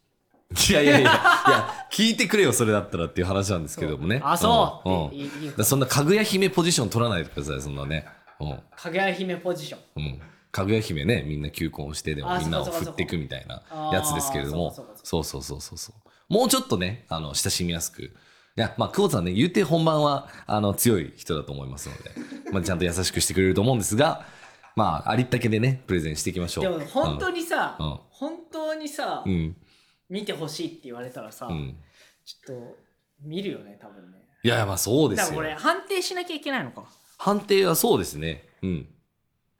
Speaker 3: い、
Speaker 4: いやいやいやいや聞いてくれよそれだったらっていう話なんですけどもね
Speaker 3: あそう、
Speaker 4: うん、うん
Speaker 3: いいいい
Speaker 4: だからそんなかぐや姫ポジション取らないでくださいそんなねうん
Speaker 3: かぐや姫ポジション
Speaker 4: うん、かぐや姫ねみんな求婚をしてでも
Speaker 3: あ
Speaker 4: みんなを
Speaker 3: そうかそうか
Speaker 4: 振っていくみたいなやつですけれども
Speaker 3: そうか
Speaker 4: そうそうそうそうそうもうちょっとねあの親しみやすくや、まあ、久保田さんね、言うて本番は、あの、強い人だと思いますので、まあ、ちゃんと優しくしてくれると思うんですが、まあ、ありったけでね、プレゼンしていきましょう。
Speaker 3: でも本当
Speaker 4: に。
Speaker 3: にさ、
Speaker 4: うん
Speaker 3: 本当にさ、
Speaker 4: うん。
Speaker 3: 見てほしいって言われたらさ、
Speaker 4: うん。
Speaker 3: ちょっと見るよね多分ね
Speaker 4: いやいや、まあ、そう
Speaker 3: だ
Speaker 4: で
Speaker 3: から
Speaker 4: すよ
Speaker 3: こ。れ判定しなきゃいけないのか
Speaker 4: 判定はそうですね。うん。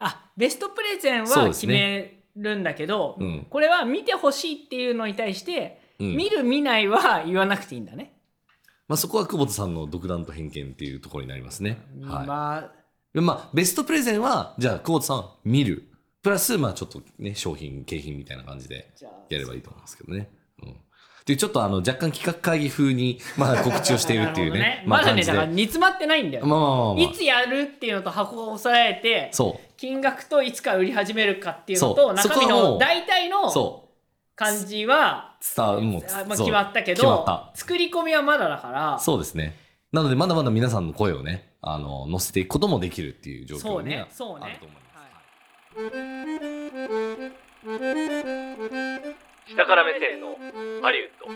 Speaker 3: あベストプレゼン
Speaker 4: そう
Speaker 3: は
Speaker 4: です
Speaker 3: 決
Speaker 4: ね
Speaker 3: めるんだけど、
Speaker 4: うん
Speaker 3: これは見てほしいっていうのに対して、
Speaker 4: うん。
Speaker 3: 見る見ないは言わなくていいんだね、
Speaker 4: まあ、そこは久保田さんの独断と偏見っていうところになりますね。は
Speaker 3: まあ
Speaker 4: い。まあ、ベストプレゼンは、じゃあ、久保田さん、見る。プラス、まあ、ちょっとね、商品、景品みたいな感じで
Speaker 3: じゃあ
Speaker 4: やればいいと思うんですけどね。うん。で、ちょっとあの、若干企画会議 風に、まあ、告知をしているっていうね。
Speaker 3: なるほどま
Speaker 4: まあ、
Speaker 3: だ
Speaker 4: 感
Speaker 3: ね
Speaker 4: じで。
Speaker 3: だから煮詰まってないんだよ、
Speaker 4: まあまあまあまあ
Speaker 3: いつやるっていうのと箱を押さえて
Speaker 4: そ
Speaker 3: 金額といつから売り始めるかっていうの
Speaker 4: そ
Speaker 3: と
Speaker 4: う
Speaker 3: 中身
Speaker 4: そこはも
Speaker 3: の
Speaker 4: う
Speaker 3: 大体
Speaker 4: う。
Speaker 3: の
Speaker 4: そう。
Speaker 3: 感じは
Speaker 4: 伝わもう、
Speaker 3: あまあ、
Speaker 4: そう
Speaker 3: 決まったけ
Speaker 4: 決まっ
Speaker 3: ど
Speaker 4: た
Speaker 3: 作り込みはまだだから
Speaker 4: そうですね。なので、まだまだ皆さんの声をね、あの、乗せていくこともできるっていう状況には
Speaker 3: そうねそうね
Speaker 4: あると思います。
Speaker 3: はい
Speaker 1: 下から目線のハリウッド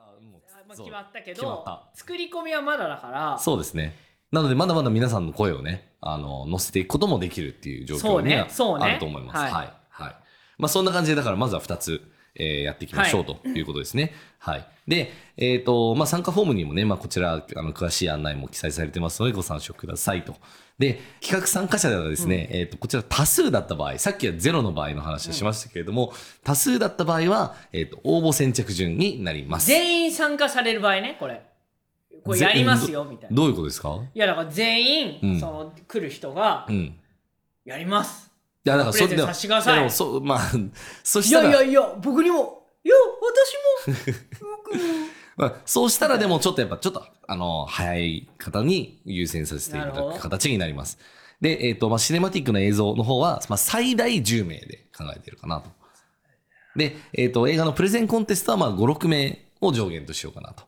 Speaker 4: はいもう
Speaker 3: あまあ、
Speaker 4: そう
Speaker 3: 決まったけ
Speaker 4: 決まっ
Speaker 3: ど
Speaker 4: た
Speaker 3: 作り込みはまだだから
Speaker 4: そうですね。なので、まだまだ皆さんの声をね、あの、乗せていくこともできるっていう状況には
Speaker 3: そうねそうね
Speaker 4: あると思います。
Speaker 3: は
Speaker 4: はいい。はい。まあ、そんな感じで、だからまずは2つ、えーやっていきましょうということですね。はい。で、えっ、と、まあ、参加フォームにもね、まあ、こちら、あの、詳しい案内も記載されてますので、ご参照くださいと。で、企画参加者ではですね、えっ、と、こちら多数だった場合、さっきはゼロの場合の話をしましたけれども、多数だった場合は、えっ、と、応募先着順になります。
Speaker 3: 全員参加される場合ねこれこれやりますよみたいな
Speaker 4: どういうことですか
Speaker 3: いやだから全員、
Speaker 4: うん
Speaker 3: その来る人が
Speaker 4: うん。
Speaker 3: やります、
Speaker 4: いやだから
Speaker 3: プレ
Speaker 4: そ
Speaker 3: ゼン
Speaker 4: でも
Speaker 3: させてください
Speaker 4: でもそうまあ そ
Speaker 3: い
Speaker 4: し
Speaker 3: や
Speaker 4: たら
Speaker 3: いやいや僕にもいや私も僕も
Speaker 4: まあ、そうしたらでもちょっとやっぱちょっとあの早い方に優先させていただ
Speaker 3: なるほど
Speaker 4: く形になります。で、えっ、と、まあ、シネマティックな映像の方は、まあ、最大10名で考えてるかなと。で、えっ、と、映画のプレゼンコンテストは、まあ、5、6名を上限としようかなと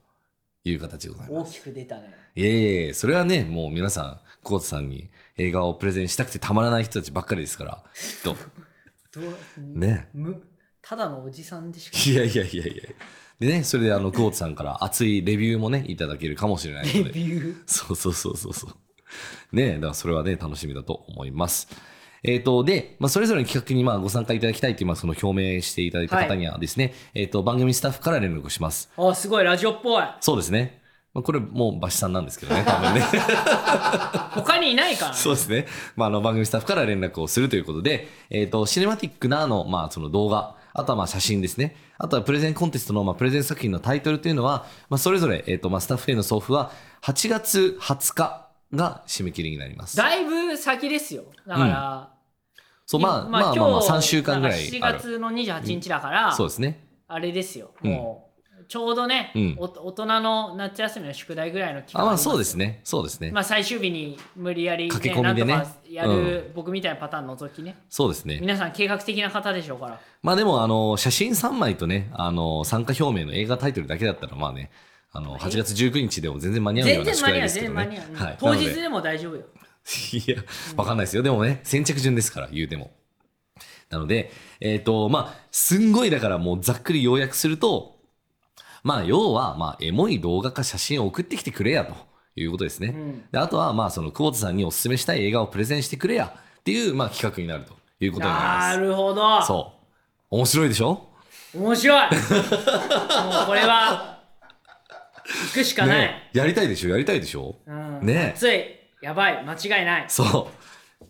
Speaker 4: いう形でございます。
Speaker 3: 大きく出たね
Speaker 4: いえいえいえ、それはね、もう皆さん、コートさんに映画をプレゼンしたくてたまらない人たちばっかりですから、きっと。
Speaker 3: どう
Speaker 4: ね。
Speaker 3: むただのおじさんでしか
Speaker 4: いやいやいやいや。でね、それであの、久保田さんから熱いレビューもね、いただけるかもしれない
Speaker 3: レ
Speaker 4: ので。
Speaker 3: ビュー
Speaker 4: そうそうそうそうそう。ねえだからそれはね、楽しみだと思います。えっ、と、で、まあ、それぞれの企画にまあご参加いただきたいという、まあ、その表明していただいた方にはですね、えっ、と、番組スタッフから連絡します。
Speaker 3: あすごいラジオっぽい
Speaker 4: そうですね。まあ、これもう、バシさんなんですけどね、多分ね。
Speaker 3: 他にいないからね
Speaker 4: そうですね。まあ、あの、番組スタッフから連絡をするということで、えっ、と、シネマティックなあの、まあ、その動画、あとはまあ写真ですね。あとはプレゼンコンテストの、まあ、プレゼン作品のタイトルというのは、まあ、それぞれ、えっ、と、まあ、スタッフへの送付は、8月20日が締め切りになります。
Speaker 3: だいぶ先ですよだから、
Speaker 4: そう、まあ、まあ、まあ、まあ、3週間ぐらい
Speaker 3: 7
Speaker 4: ある。
Speaker 3: 月の28日だから、
Speaker 4: そうですね。
Speaker 3: あれですよ、
Speaker 4: うん
Speaker 3: もうちょうどね、
Speaker 4: うん
Speaker 3: お大人の夏休みの宿題ぐらいの期間
Speaker 4: あ、まあ、
Speaker 3: りよ
Speaker 4: そうですね。そうですね。
Speaker 3: まあ最終日に無理やり、
Speaker 4: 駆け込みでね
Speaker 3: なんとかやる、僕みたいなパターン除きね
Speaker 4: そうですね。
Speaker 3: 皆さん計画的な方でしょうから
Speaker 4: まあでも、あの、写真3枚とね、あの、参加表明の映画タイトルだけだったら、まあね、あの、8月19日でも全然間に合うよ
Speaker 3: 全
Speaker 4: うな
Speaker 3: 然
Speaker 4: 宿
Speaker 3: 間
Speaker 4: 題
Speaker 3: に合
Speaker 4: で
Speaker 3: う全
Speaker 4: すけど
Speaker 3: 然
Speaker 4: ね。
Speaker 3: 間に合う、
Speaker 4: はい。
Speaker 3: 当
Speaker 4: なの
Speaker 3: 日
Speaker 4: で
Speaker 3: でも大丈夫よ
Speaker 4: いや、わかんないですよ。でもね、先着順ですから、言うても。なので、えっ、と、まあ、すんごい、だからもうざっくり要約すると、まあ、要は、まあ、エモい動画か写真を送ってきてくれや、ということですね。
Speaker 3: ん
Speaker 4: であとは、まあ、その、久保田さんにお勧めしたい映画をプレゼンしてくれや、っていう、まあ、企画になるということになり
Speaker 3: な
Speaker 4: ま
Speaker 3: るほど
Speaker 4: す。そう。面白いでしょ
Speaker 3: 面白 いもうこれは行くしかない、
Speaker 4: ねえやりたいでしょやりたいでしょ
Speaker 3: うん
Speaker 4: ねえ
Speaker 3: 熱いやばい間違いない
Speaker 4: そう。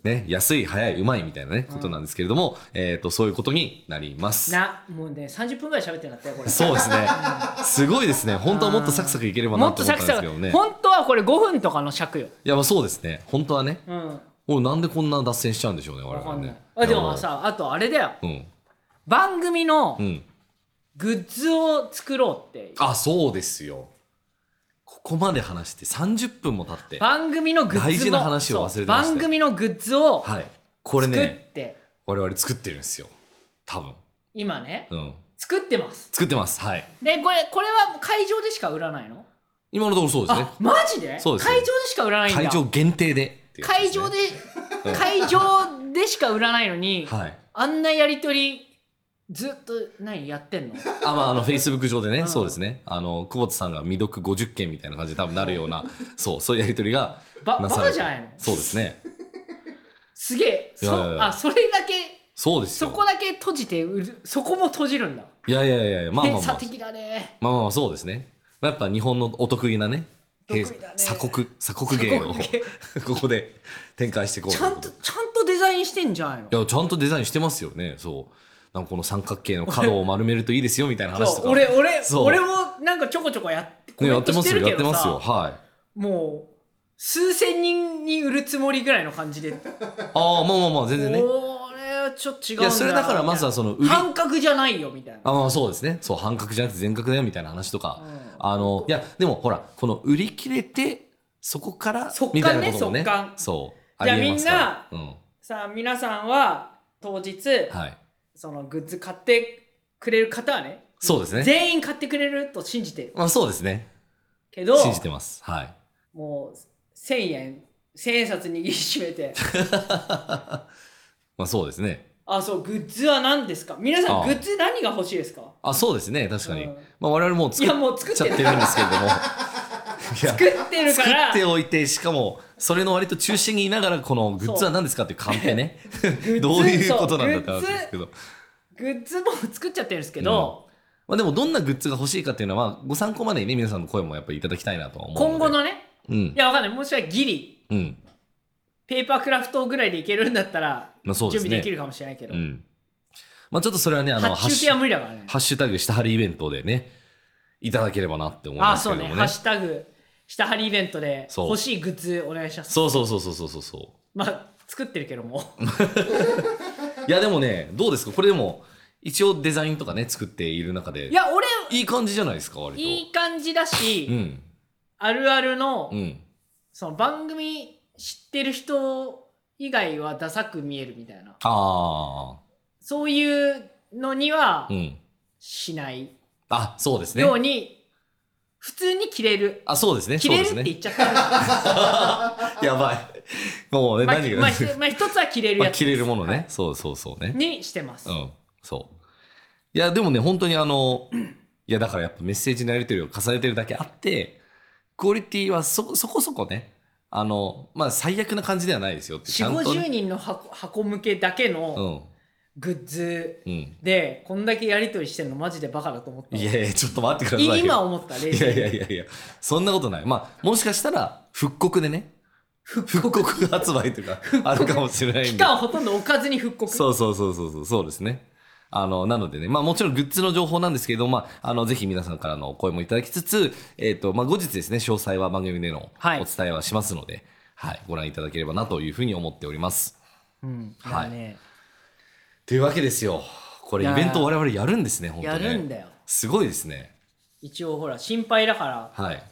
Speaker 4: ね、安い、早い、うまいみたいなね、ことなんですけれども、えっ、と、そういうことになります。
Speaker 3: なもうね30分ぐらい喋ってんだったよこれ
Speaker 4: そうですね。すごいですね。本当はもっとサクサクいければ
Speaker 3: も
Speaker 4: な
Speaker 3: っ
Speaker 4: と
Speaker 3: と
Speaker 4: 思っ
Speaker 3: サク
Speaker 4: たん
Speaker 3: サ
Speaker 4: ですけ
Speaker 3: ク
Speaker 4: どね。
Speaker 3: 本当はこれ5分とかの尺よ
Speaker 4: いや、まあそうですね。本当はね。
Speaker 3: うん
Speaker 4: 俺なんでこんな脱線しちゃうんでしょうね、我
Speaker 3: わか
Speaker 4: 々
Speaker 3: んない
Speaker 4: ね。
Speaker 3: あでもさあとあれだよ
Speaker 4: うん。
Speaker 3: 番組の
Speaker 4: うん。
Speaker 3: グッズを作ろうって
Speaker 4: あ、そうですよ。ここまで話して30分も経って。
Speaker 3: 番組のグッズも
Speaker 4: 大事な話を忘れてました
Speaker 3: そう番組のグッズを
Speaker 4: はい。これ
Speaker 3: 作っ
Speaker 4: ね、
Speaker 3: て、
Speaker 4: 我々作ってるんですよ。多分。
Speaker 3: 今ね
Speaker 4: うん。
Speaker 3: 作ってます
Speaker 4: 作ってます。はい。
Speaker 3: でこれこれは会場でしか売らないの
Speaker 4: 今のところそうですね
Speaker 3: あ。マジで
Speaker 4: そうです
Speaker 3: 会場でしか売らないんだ
Speaker 4: 会場限定でっていうやつ
Speaker 3: 会
Speaker 4: すね、
Speaker 3: 場で会場でしか売らないのに、
Speaker 4: はい
Speaker 3: あんなやり取りずっと何やってんの
Speaker 4: あ、まあ、あ の、Facebook 上でね、
Speaker 3: うん
Speaker 4: そうですね。あの、久保田さんが未読50件みたいな感じで多分なるような、そう、そういうやりとりが
Speaker 3: ばバ
Speaker 4: なされ
Speaker 3: カ
Speaker 4: て
Speaker 3: じゃないの
Speaker 4: そうですね。
Speaker 3: すげえそ
Speaker 4: いやいやいや
Speaker 3: あそれだけ
Speaker 4: そうですよ。
Speaker 3: そこだけ閉じて売るそこも閉じるんだ
Speaker 4: いやいやいやいや、まあま
Speaker 3: 偏
Speaker 4: あま
Speaker 3: 差
Speaker 4: あ。
Speaker 3: 的だね
Speaker 4: まあまあまあ、そうですね。まあやっぱ日本のお得意なね、
Speaker 3: 得意だね
Speaker 4: 鎖国、鎖国芸を
Speaker 3: ち
Speaker 4: ここで展開していこう
Speaker 3: ゃんとちゃんとデザインしてんじゃないの
Speaker 4: いや、ちゃんとデザインしてますよね。そう。なんかこの三角形の角を丸めるといいですよ、みたいな話とか。
Speaker 3: そう俺俺
Speaker 4: そう
Speaker 3: 俺もなんかちょこちょこやってコ
Speaker 4: ね、
Speaker 3: メ
Speaker 4: や
Speaker 3: ン
Speaker 4: って
Speaker 3: ト
Speaker 4: ま
Speaker 3: し
Speaker 4: す
Speaker 3: て
Speaker 4: よ、
Speaker 3: る
Speaker 4: や
Speaker 3: け
Speaker 4: って
Speaker 3: ど
Speaker 4: ますよ。
Speaker 3: さ
Speaker 4: はい。
Speaker 3: もう数千人に売るつもりぐらいの感じで、
Speaker 4: ああ、まあまあまあ、全然ね。
Speaker 3: 俺はちょっと違うん
Speaker 4: い
Speaker 3: だよ
Speaker 4: や、それだからまずはその売り。あ
Speaker 3: 半角じゃないよみたいな
Speaker 4: まあそうですね。そう、半角じゃなくて全角だよ、みたいな話とか。
Speaker 3: うん
Speaker 4: あの、いや、でもほら、この売り切れて、そこから、
Speaker 3: 速乾ね
Speaker 4: みたいなこともね
Speaker 3: 速乾。
Speaker 4: そう。
Speaker 3: じゃあ
Speaker 4: りえますから
Speaker 3: さあ皆さんは当日、
Speaker 4: うん。はい。
Speaker 3: そのグッズ買ってくれる方はね
Speaker 4: そうですね。
Speaker 3: 全員買ってくれると信じてる
Speaker 4: まあそうですね。
Speaker 3: けど
Speaker 4: 信じてます。はい。
Speaker 3: もう1000円1000円札握りしめ て
Speaker 4: まあそうですね。
Speaker 3: あそうグッズは何ですか皆さ
Speaker 4: あ
Speaker 3: ん
Speaker 4: あ
Speaker 3: グッズ何が欲しいですか
Speaker 4: あ、そうですね。確かに。
Speaker 3: うん
Speaker 4: まあ我々もう
Speaker 3: い
Speaker 4: 作っ
Speaker 3: やもう作っ
Speaker 4: ちゃ
Speaker 3: て
Speaker 4: っ
Speaker 3: る
Speaker 4: てるんですけれども。いや
Speaker 3: 作ってるか
Speaker 4: 作
Speaker 3: ら
Speaker 4: っておいてしかもそれの割と中心にいながらこのグッズは何ですかっていうカン ペね
Speaker 3: ズ
Speaker 4: どういうことなんだって話ですけど、
Speaker 3: グッズも作っちゃってるんですけど、
Speaker 4: まあ、でもどんなグッズが欲しいかっていうのはまあご参考までにね皆さんの声もやっぱりいただきたいなとは思うで
Speaker 3: 今後のね
Speaker 4: うん
Speaker 3: いやわかんないもしはギリ
Speaker 4: うん
Speaker 3: ペーパークラフトぐらいでいけるんだったら
Speaker 4: まあそうで
Speaker 3: 準
Speaker 4: す
Speaker 3: 備
Speaker 4: ね
Speaker 3: できるかもしれないけど、
Speaker 4: うんまあちょっとそれはねあのハッ
Speaker 3: 発注
Speaker 4: シ
Speaker 3: 系は
Speaker 4: ュ
Speaker 3: 無理だからね
Speaker 4: ハッシュタグ下張りイベントでねいただければなって思い
Speaker 3: あ
Speaker 4: ま
Speaker 3: あ
Speaker 4: す
Speaker 3: そ
Speaker 4: け
Speaker 3: う
Speaker 4: ど
Speaker 3: ね
Speaker 4: も
Speaker 3: ハ
Speaker 4: ね
Speaker 3: ッシュタグ下張りイベントで
Speaker 4: そう
Speaker 3: 欲しいグッズお願いします
Speaker 4: そうそうそうそうそうそうそう
Speaker 3: まあ作ってるけども
Speaker 4: いやでもねどうですかこれでも一応デザインとかね作っている中で
Speaker 3: いや俺
Speaker 4: いい感じじゃないですか割と
Speaker 3: いい感じだし、
Speaker 4: うん
Speaker 3: あるあるの、
Speaker 4: うん
Speaker 3: その番組知ってる人以外はダサく見えるみたいな
Speaker 4: あ
Speaker 3: そういうのには
Speaker 4: あうん
Speaker 3: しない
Speaker 4: あ、そうですね
Speaker 3: よ。うに、普通に着れる
Speaker 4: あ、そうですね。
Speaker 3: 着
Speaker 4: そう
Speaker 3: れるっ
Speaker 4: です
Speaker 3: て言
Speaker 4: ね。
Speaker 3: っちゃった、
Speaker 4: やばい。もうね、
Speaker 3: まあ
Speaker 4: 何が。
Speaker 3: まあひ まあ一つは着れる
Speaker 4: まあ
Speaker 3: やつ
Speaker 4: 切れるもの
Speaker 3: はい
Speaker 4: ね。そうそうそうね。
Speaker 3: にしてます、
Speaker 4: うん。そう。いや、でもね、本当にあの、いや、だからやっぱメッセージのやり取りを重ねてるだけあって、クオリティはそこ、そこそこね、あの、まあ、最悪な感じではないですよって、ちゃ
Speaker 3: 4
Speaker 4: んと、
Speaker 3: 5 0
Speaker 4: ね。
Speaker 3: 人の箱箱向けだけ
Speaker 4: う
Speaker 3: の
Speaker 4: ん。
Speaker 3: グッズ
Speaker 4: うん。
Speaker 3: で、こんだけやりとりしてるのマジでバカだと思った
Speaker 4: いやいや、ちょっと待ってくださいよ。
Speaker 3: い今思った冷
Speaker 4: いや
Speaker 3: 静
Speaker 4: いや
Speaker 3: に
Speaker 4: いやいや、そんなことない。まあ、もしかしたら、復刻でね、
Speaker 3: 復
Speaker 4: 復刻発売とか、あるかもしれないんで。
Speaker 3: 期間ほとんど置かずに復刻
Speaker 4: そうそうそうそうそう、そうですね。あの、なのでね、まあもちろんグッズの情報なんですけれども、まあ、あの、ぜひ皆さんからのお声もいただきつつ、えっ、と、まあ後日ですね、詳細は番組での
Speaker 3: はい
Speaker 4: お伝えはしますので、はい、ご覧いただければなというふうに思っております。
Speaker 3: うんだか
Speaker 4: はい
Speaker 3: らね、
Speaker 4: というわけですよ。これ
Speaker 3: い
Speaker 4: イ
Speaker 3: やー
Speaker 4: ベント我々やるんですね、本当
Speaker 3: や
Speaker 4: ね。
Speaker 3: るんだよ
Speaker 4: すごいですね。
Speaker 3: 一応ほら心配だから
Speaker 4: はい。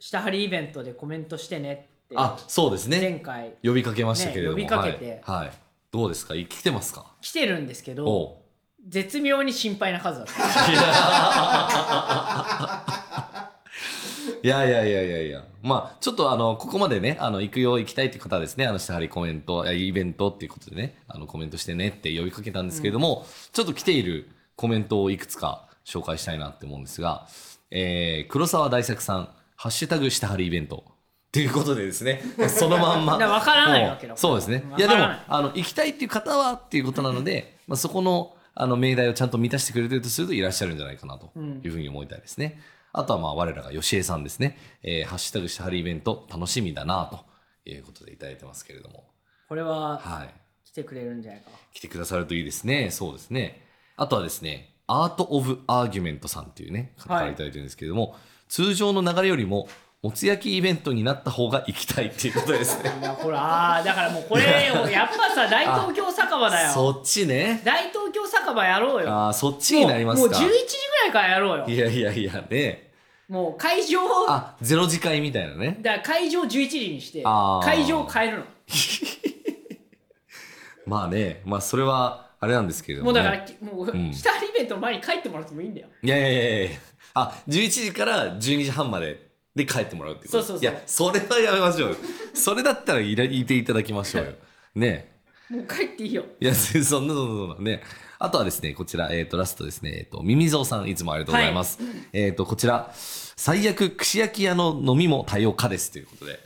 Speaker 3: 下張りイベントでコメントしてねって
Speaker 4: あ、そうです
Speaker 3: 前
Speaker 4: ね。
Speaker 3: 回
Speaker 4: 呼びかけましたけれども。
Speaker 3: ね呼びかけて
Speaker 4: はい。はいどうですかい来てますか
Speaker 3: 来てるんですけど
Speaker 4: おう
Speaker 3: 絶妙に心配な数だった
Speaker 4: いやいやいやいやいや。まあ、ちょっとあの、ここまでね、あの、行くよ、行きたいっていう方はですね、あの、下張りコメント、えイベントっていうことでね、あの、コメントしてねって呼びかけたんですけれども、ちょっと来ているコメントをいくつか紹介したいなって思うんですが、えー、黒沢大作さん、ハッシュタグ下張りイベント。っていうことでですね、その まんま。
Speaker 3: だから分からないわけだ
Speaker 4: もうそうですね。い
Speaker 3: 分
Speaker 4: や、
Speaker 3: か
Speaker 4: で
Speaker 3: ら
Speaker 4: も
Speaker 3: ない、
Speaker 4: あの、行きたいっていう方はっていうことなので、まあ、そこの、あの、命題をちゃんと満たしてくれてるとするといらっしゃるんじゃないかなというふうに思いたいですね。あとは、まあ、我らが吉江さんですね。えーハッシュタグシャハリイベント楽しみだなということでいただいてますけれども。
Speaker 3: これは
Speaker 4: はい。
Speaker 3: 来てくれるんじゃないか
Speaker 4: 来てくださるといいですね。そうですね。あとはですね、アート・オブ・アーギュメントさんというね、方か
Speaker 3: は
Speaker 4: ら
Speaker 3: い
Speaker 4: いただいてるんですけれども、通常の流れよりも、もつ焼きイベントになった方が行きたいっていうことで すね。
Speaker 3: いやほらあーだからもうこれよやっぱさ大東京酒場だよ
Speaker 4: そっちね。
Speaker 3: 大東京酒場やろうよ
Speaker 4: ああ、そっちになりますか。
Speaker 3: もうもう11時ぐらいからやろうよ
Speaker 4: いやいやいやね。
Speaker 3: もう会場だか
Speaker 4: あ、ゼロ次会みたいなね。
Speaker 3: ら会場11時にして
Speaker 4: あー
Speaker 3: 会場を変えるの
Speaker 4: まあね、まあそれはあれなんですけれど
Speaker 3: も
Speaker 4: も、
Speaker 3: う
Speaker 4: ね。
Speaker 3: だから、きもう
Speaker 4: うん
Speaker 3: 下張りイベントの前に帰ってもらってもいいんだよ
Speaker 4: いやいやいやいや。あ、11時から12時半までで帰ってもらうってこ
Speaker 3: そ
Speaker 4: と
Speaker 3: うそうそう
Speaker 4: や、それはやめましょうよ。それだったらいらいていただきましょうよ。ねえ
Speaker 3: もう帰っていいよ。
Speaker 4: いや、そそんな、そんな、そんなね。あとはですね、こちら、えっ、と、ラストですね、えっ、と、ミミゾウさん、いつもありがとうございます。えっ、と、こちら、最悪、串焼き屋の飲みも多様化です、ということで。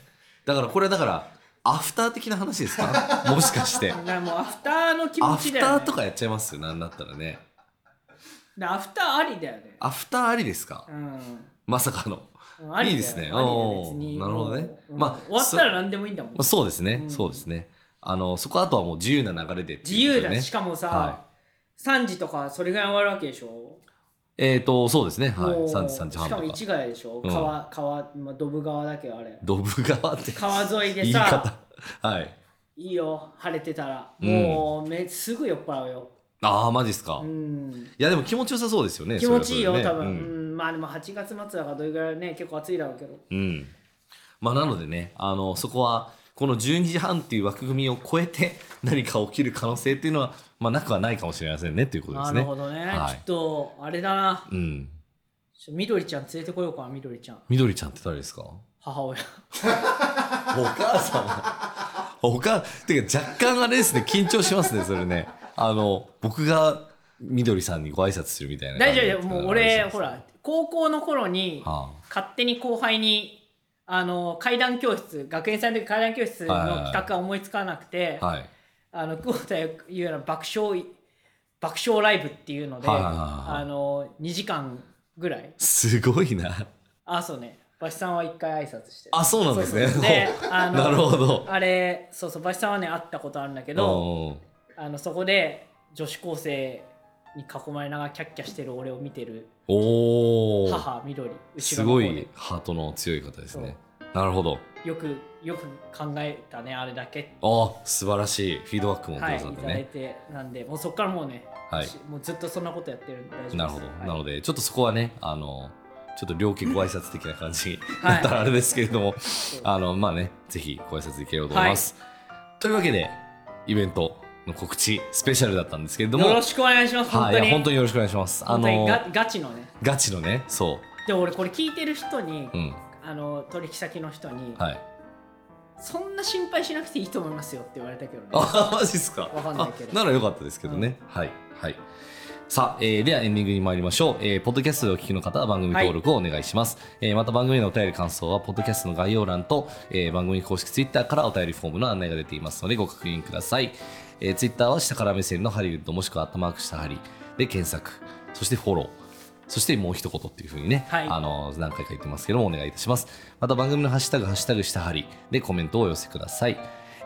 Speaker 4: だから、これはだから、アフター的な話ですかもしかして。
Speaker 3: だからもうアフターの気持
Speaker 4: ア
Speaker 3: ち
Speaker 4: フ
Speaker 3: だ
Speaker 4: タ
Speaker 3: よ、ね。
Speaker 4: ーとかやっちゃいますよ、なんだったらね。
Speaker 3: でアフターありだよね。
Speaker 4: アフターありですか
Speaker 3: う
Speaker 4: まさかの。
Speaker 3: ん。ありだよ
Speaker 4: いいですね
Speaker 3: ありだよ
Speaker 4: おー
Speaker 3: 別に
Speaker 4: なるほどね
Speaker 3: うん
Speaker 4: まあ
Speaker 3: 終わったら何でもいいんだもん
Speaker 4: まあ。そうですね、
Speaker 3: うん
Speaker 4: そうですね。あの、そこあとはもう自由な流れでって
Speaker 3: 自
Speaker 4: いう
Speaker 3: 由
Speaker 4: こと
Speaker 3: だ
Speaker 4: でね。
Speaker 3: し、しかもさ、
Speaker 4: は
Speaker 3: 3時とかそれぐらい終わるわけでしょ。
Speaker 4: えっ、と、そうですね、はい。
Speaker 3: もう
Speaker 4: 3時、3時半
Speaker 3: しかも
Speaker 4: とか。
Speaker 3: 市ヶ谷でしょ。
Speaker 4: うん
Speaker 3: 川、川、まあ、ドブ川だけどあれ。
Speaker 4: ドブ川って。
Speaker 3: 川沿い
Speaker 4: 言
Speaker 3: で
Speaker 4: い
Speaker 3: さ、
Speaker 4: 方。はい。
Speaker 3: いいよ、晴れてたら。
Speaker 4: うん
Speaker 3: もう、めすぐ酔っ払うよ。
Speaker 4: ああ、マジっすか。
Speaker 3: う
Speaker 4: い
Speaker 3: ん。
Speaker 4: や、でも気持ちよさそうですよね。
Speaker 3: 気持ちいいよ、
Speaker 4: それ
Speaker 3: 多
Speaker 4: はそれ
Speaker 3: 分、
Speaker 4: でね
Speaker 3: うん、まあでも8月末だからどれぐらいね結構暑いだろうけど
Speaker 4: うん。うんまあ、なのでね、あの、そこは、この12時半っていう枠組みを超えて 何か起きる可能性っていうのは、まあ、なくはないかもしれませんねっていうことで
Speaker 3: な
Speaker 4: すね。
Speaker 3: るほどね、
Speaker 4: はい
Speaker 3: ちょっとあれだな
Speaker 4: うん。
Speaker 3: ちょみどりちゃん連れてこようかなみどりちゃん
Speaker 4: みどりちゃんって誰ですかお
Speaker 3: 母親
Speaker 4: 母さんお母、てか若干あれですね、緊張しますね、それね。あの、僕がみどりさんにご挨拶するみたいな感
Speaker 3: 大
Speaker 4: じ
Speaker 3: 丈
Speaker 4: に
Speaker 3: 夫よ
Speaker 4: なってたら
Speaker 3: もう
Speaker 4: あれです
Speaker 3: 俺
Speaker 4: ね
Speaker 3: ほら高校の頃に
Speaker 4: はあ
Speaker 3: 勝手に後輩にあの階段教室学園祭の時階段教室の
Speaker 4: はいはいはい
Speaker 3: 企画が思いつかなくて、
Speaker 4: はい。
Speaker 3: あの久保田が言うような爆笑爆笑ライブっていうので、
Speaker 4: はいはいはいはい
Speaker 3: あの2時間ぐらい
Speaker 4: すごいな。
Speaker 3: あそうね橋さんは一回挨拶して
Speaker 4: あ、そうなんです
Speaker 3: そ
Speaker 4: ね。
Speaker 3: うそうであの
Speaker 4: なるほど。
Speaker 3: あれそうそう橋さんはね会ったことあるんだけど
Speaker 4: うんうん
Speaker 3: あのそこで女子高生に囲まれながらキャッキャしてる俺を見てる
Speaker 4: おお。
Speaker 3: 母緑後
Speaker 4: す
Speaker 3: ろの方
Speaker 4: ご
Speaker 3: で
Speaker 4: いハートの強い方ですね。なるほど。
Speaker 3: よくよく考えたねあれだけ
Speaker 4: ああ、素晴らしい。フィードバックも
Speaker 3: はい
Speaker 4: 皆
Speaker 3: い
Speaker 4: さんで
Speaker 3: ただい
Speaker 4: ね。
Speaker 3: てなんでもうそっからもうね、
Speaker 4: はい
Speaker 3: しもうずっとそんなことやってるんで大丈夫です
Speaker 4: なるほど。
Speaker 3: はい
Speaker 4: なので、ちょっとそこはね、あの、ちょっと両家ご挨拶的な感じに
Speaker 3: はい
Speaker 4: なったらあれですけれども、
Speaker 3: そう
Speaker 4: あの、まあね、ぜひご挨拶いけようと思います。というわけで、イベントの告知スペシャルだったんですけれども、
Speaker 3: よろしくお願いします本
Speaker 4: はい
Speaker 3: 当
Speaker 4: い
Speaker 3: に,、
Speaker 4: や本当によろしくお願いします。あ
Speaker 3: 本当に
Speaker 4: の、
Speaker 3: ガガチのね
Speaker 4: ガチのね、そ
Speaker 3: で俺これ聞いてる人に、
Speaker 4: う。うん。
Speaker 3: あの取引先の人に、
Speaker 4: はい。
Speaker 3: そんな心配しなくていいと思いますよって言われたけどね
Speaker 4: あ、マジっすか。
Speaker 3: わかんないけど
Speaker 4: あらよかったですけどね。はい。はい。さあ、えーではエンディングに参りましょう。えーポッドキャストでお聞きの方は番組登録をお願いします。えーまた番組へのお便り感想は、ポッドキャストの概要欄と、えー番組公式ツイッターからお便りフォームの案内が出ていますので、ご確認ください。えツイッター Twitter は下から目線のハリウッドもしくはアットマークしたハリで検索、そしてフォロー。そしてもう一言っていうふうにね、
Speaker 3: はい
Speaker 4: あの何回か言ってますけどもお願いいたしますまた番組のハッシュタグ「ハッシュタグしたはり」でコメントをお寄せください、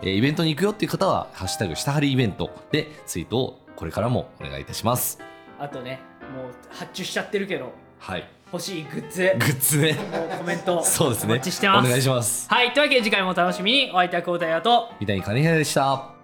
Speaker 4: えーイベントに行くよっていう方は「ハッシュタグしたはりイベント」でツイートをこれからもお願いいたします
Speaker 3: あとねもう発注しちゃってるけど
Speaker 4: はい
Speaker 3: 欲しいグッ ズ
Speaker 4: グッズね
Speaker 3: もうコメント
Speaker 4: そうですね
Speaker 3: お待ちしてます
Speaker 4: お願いします
Speaker 3: はいというわけで次回もお楽しみにお会いいたい交代だと
Speaker 4: 三谷金平でした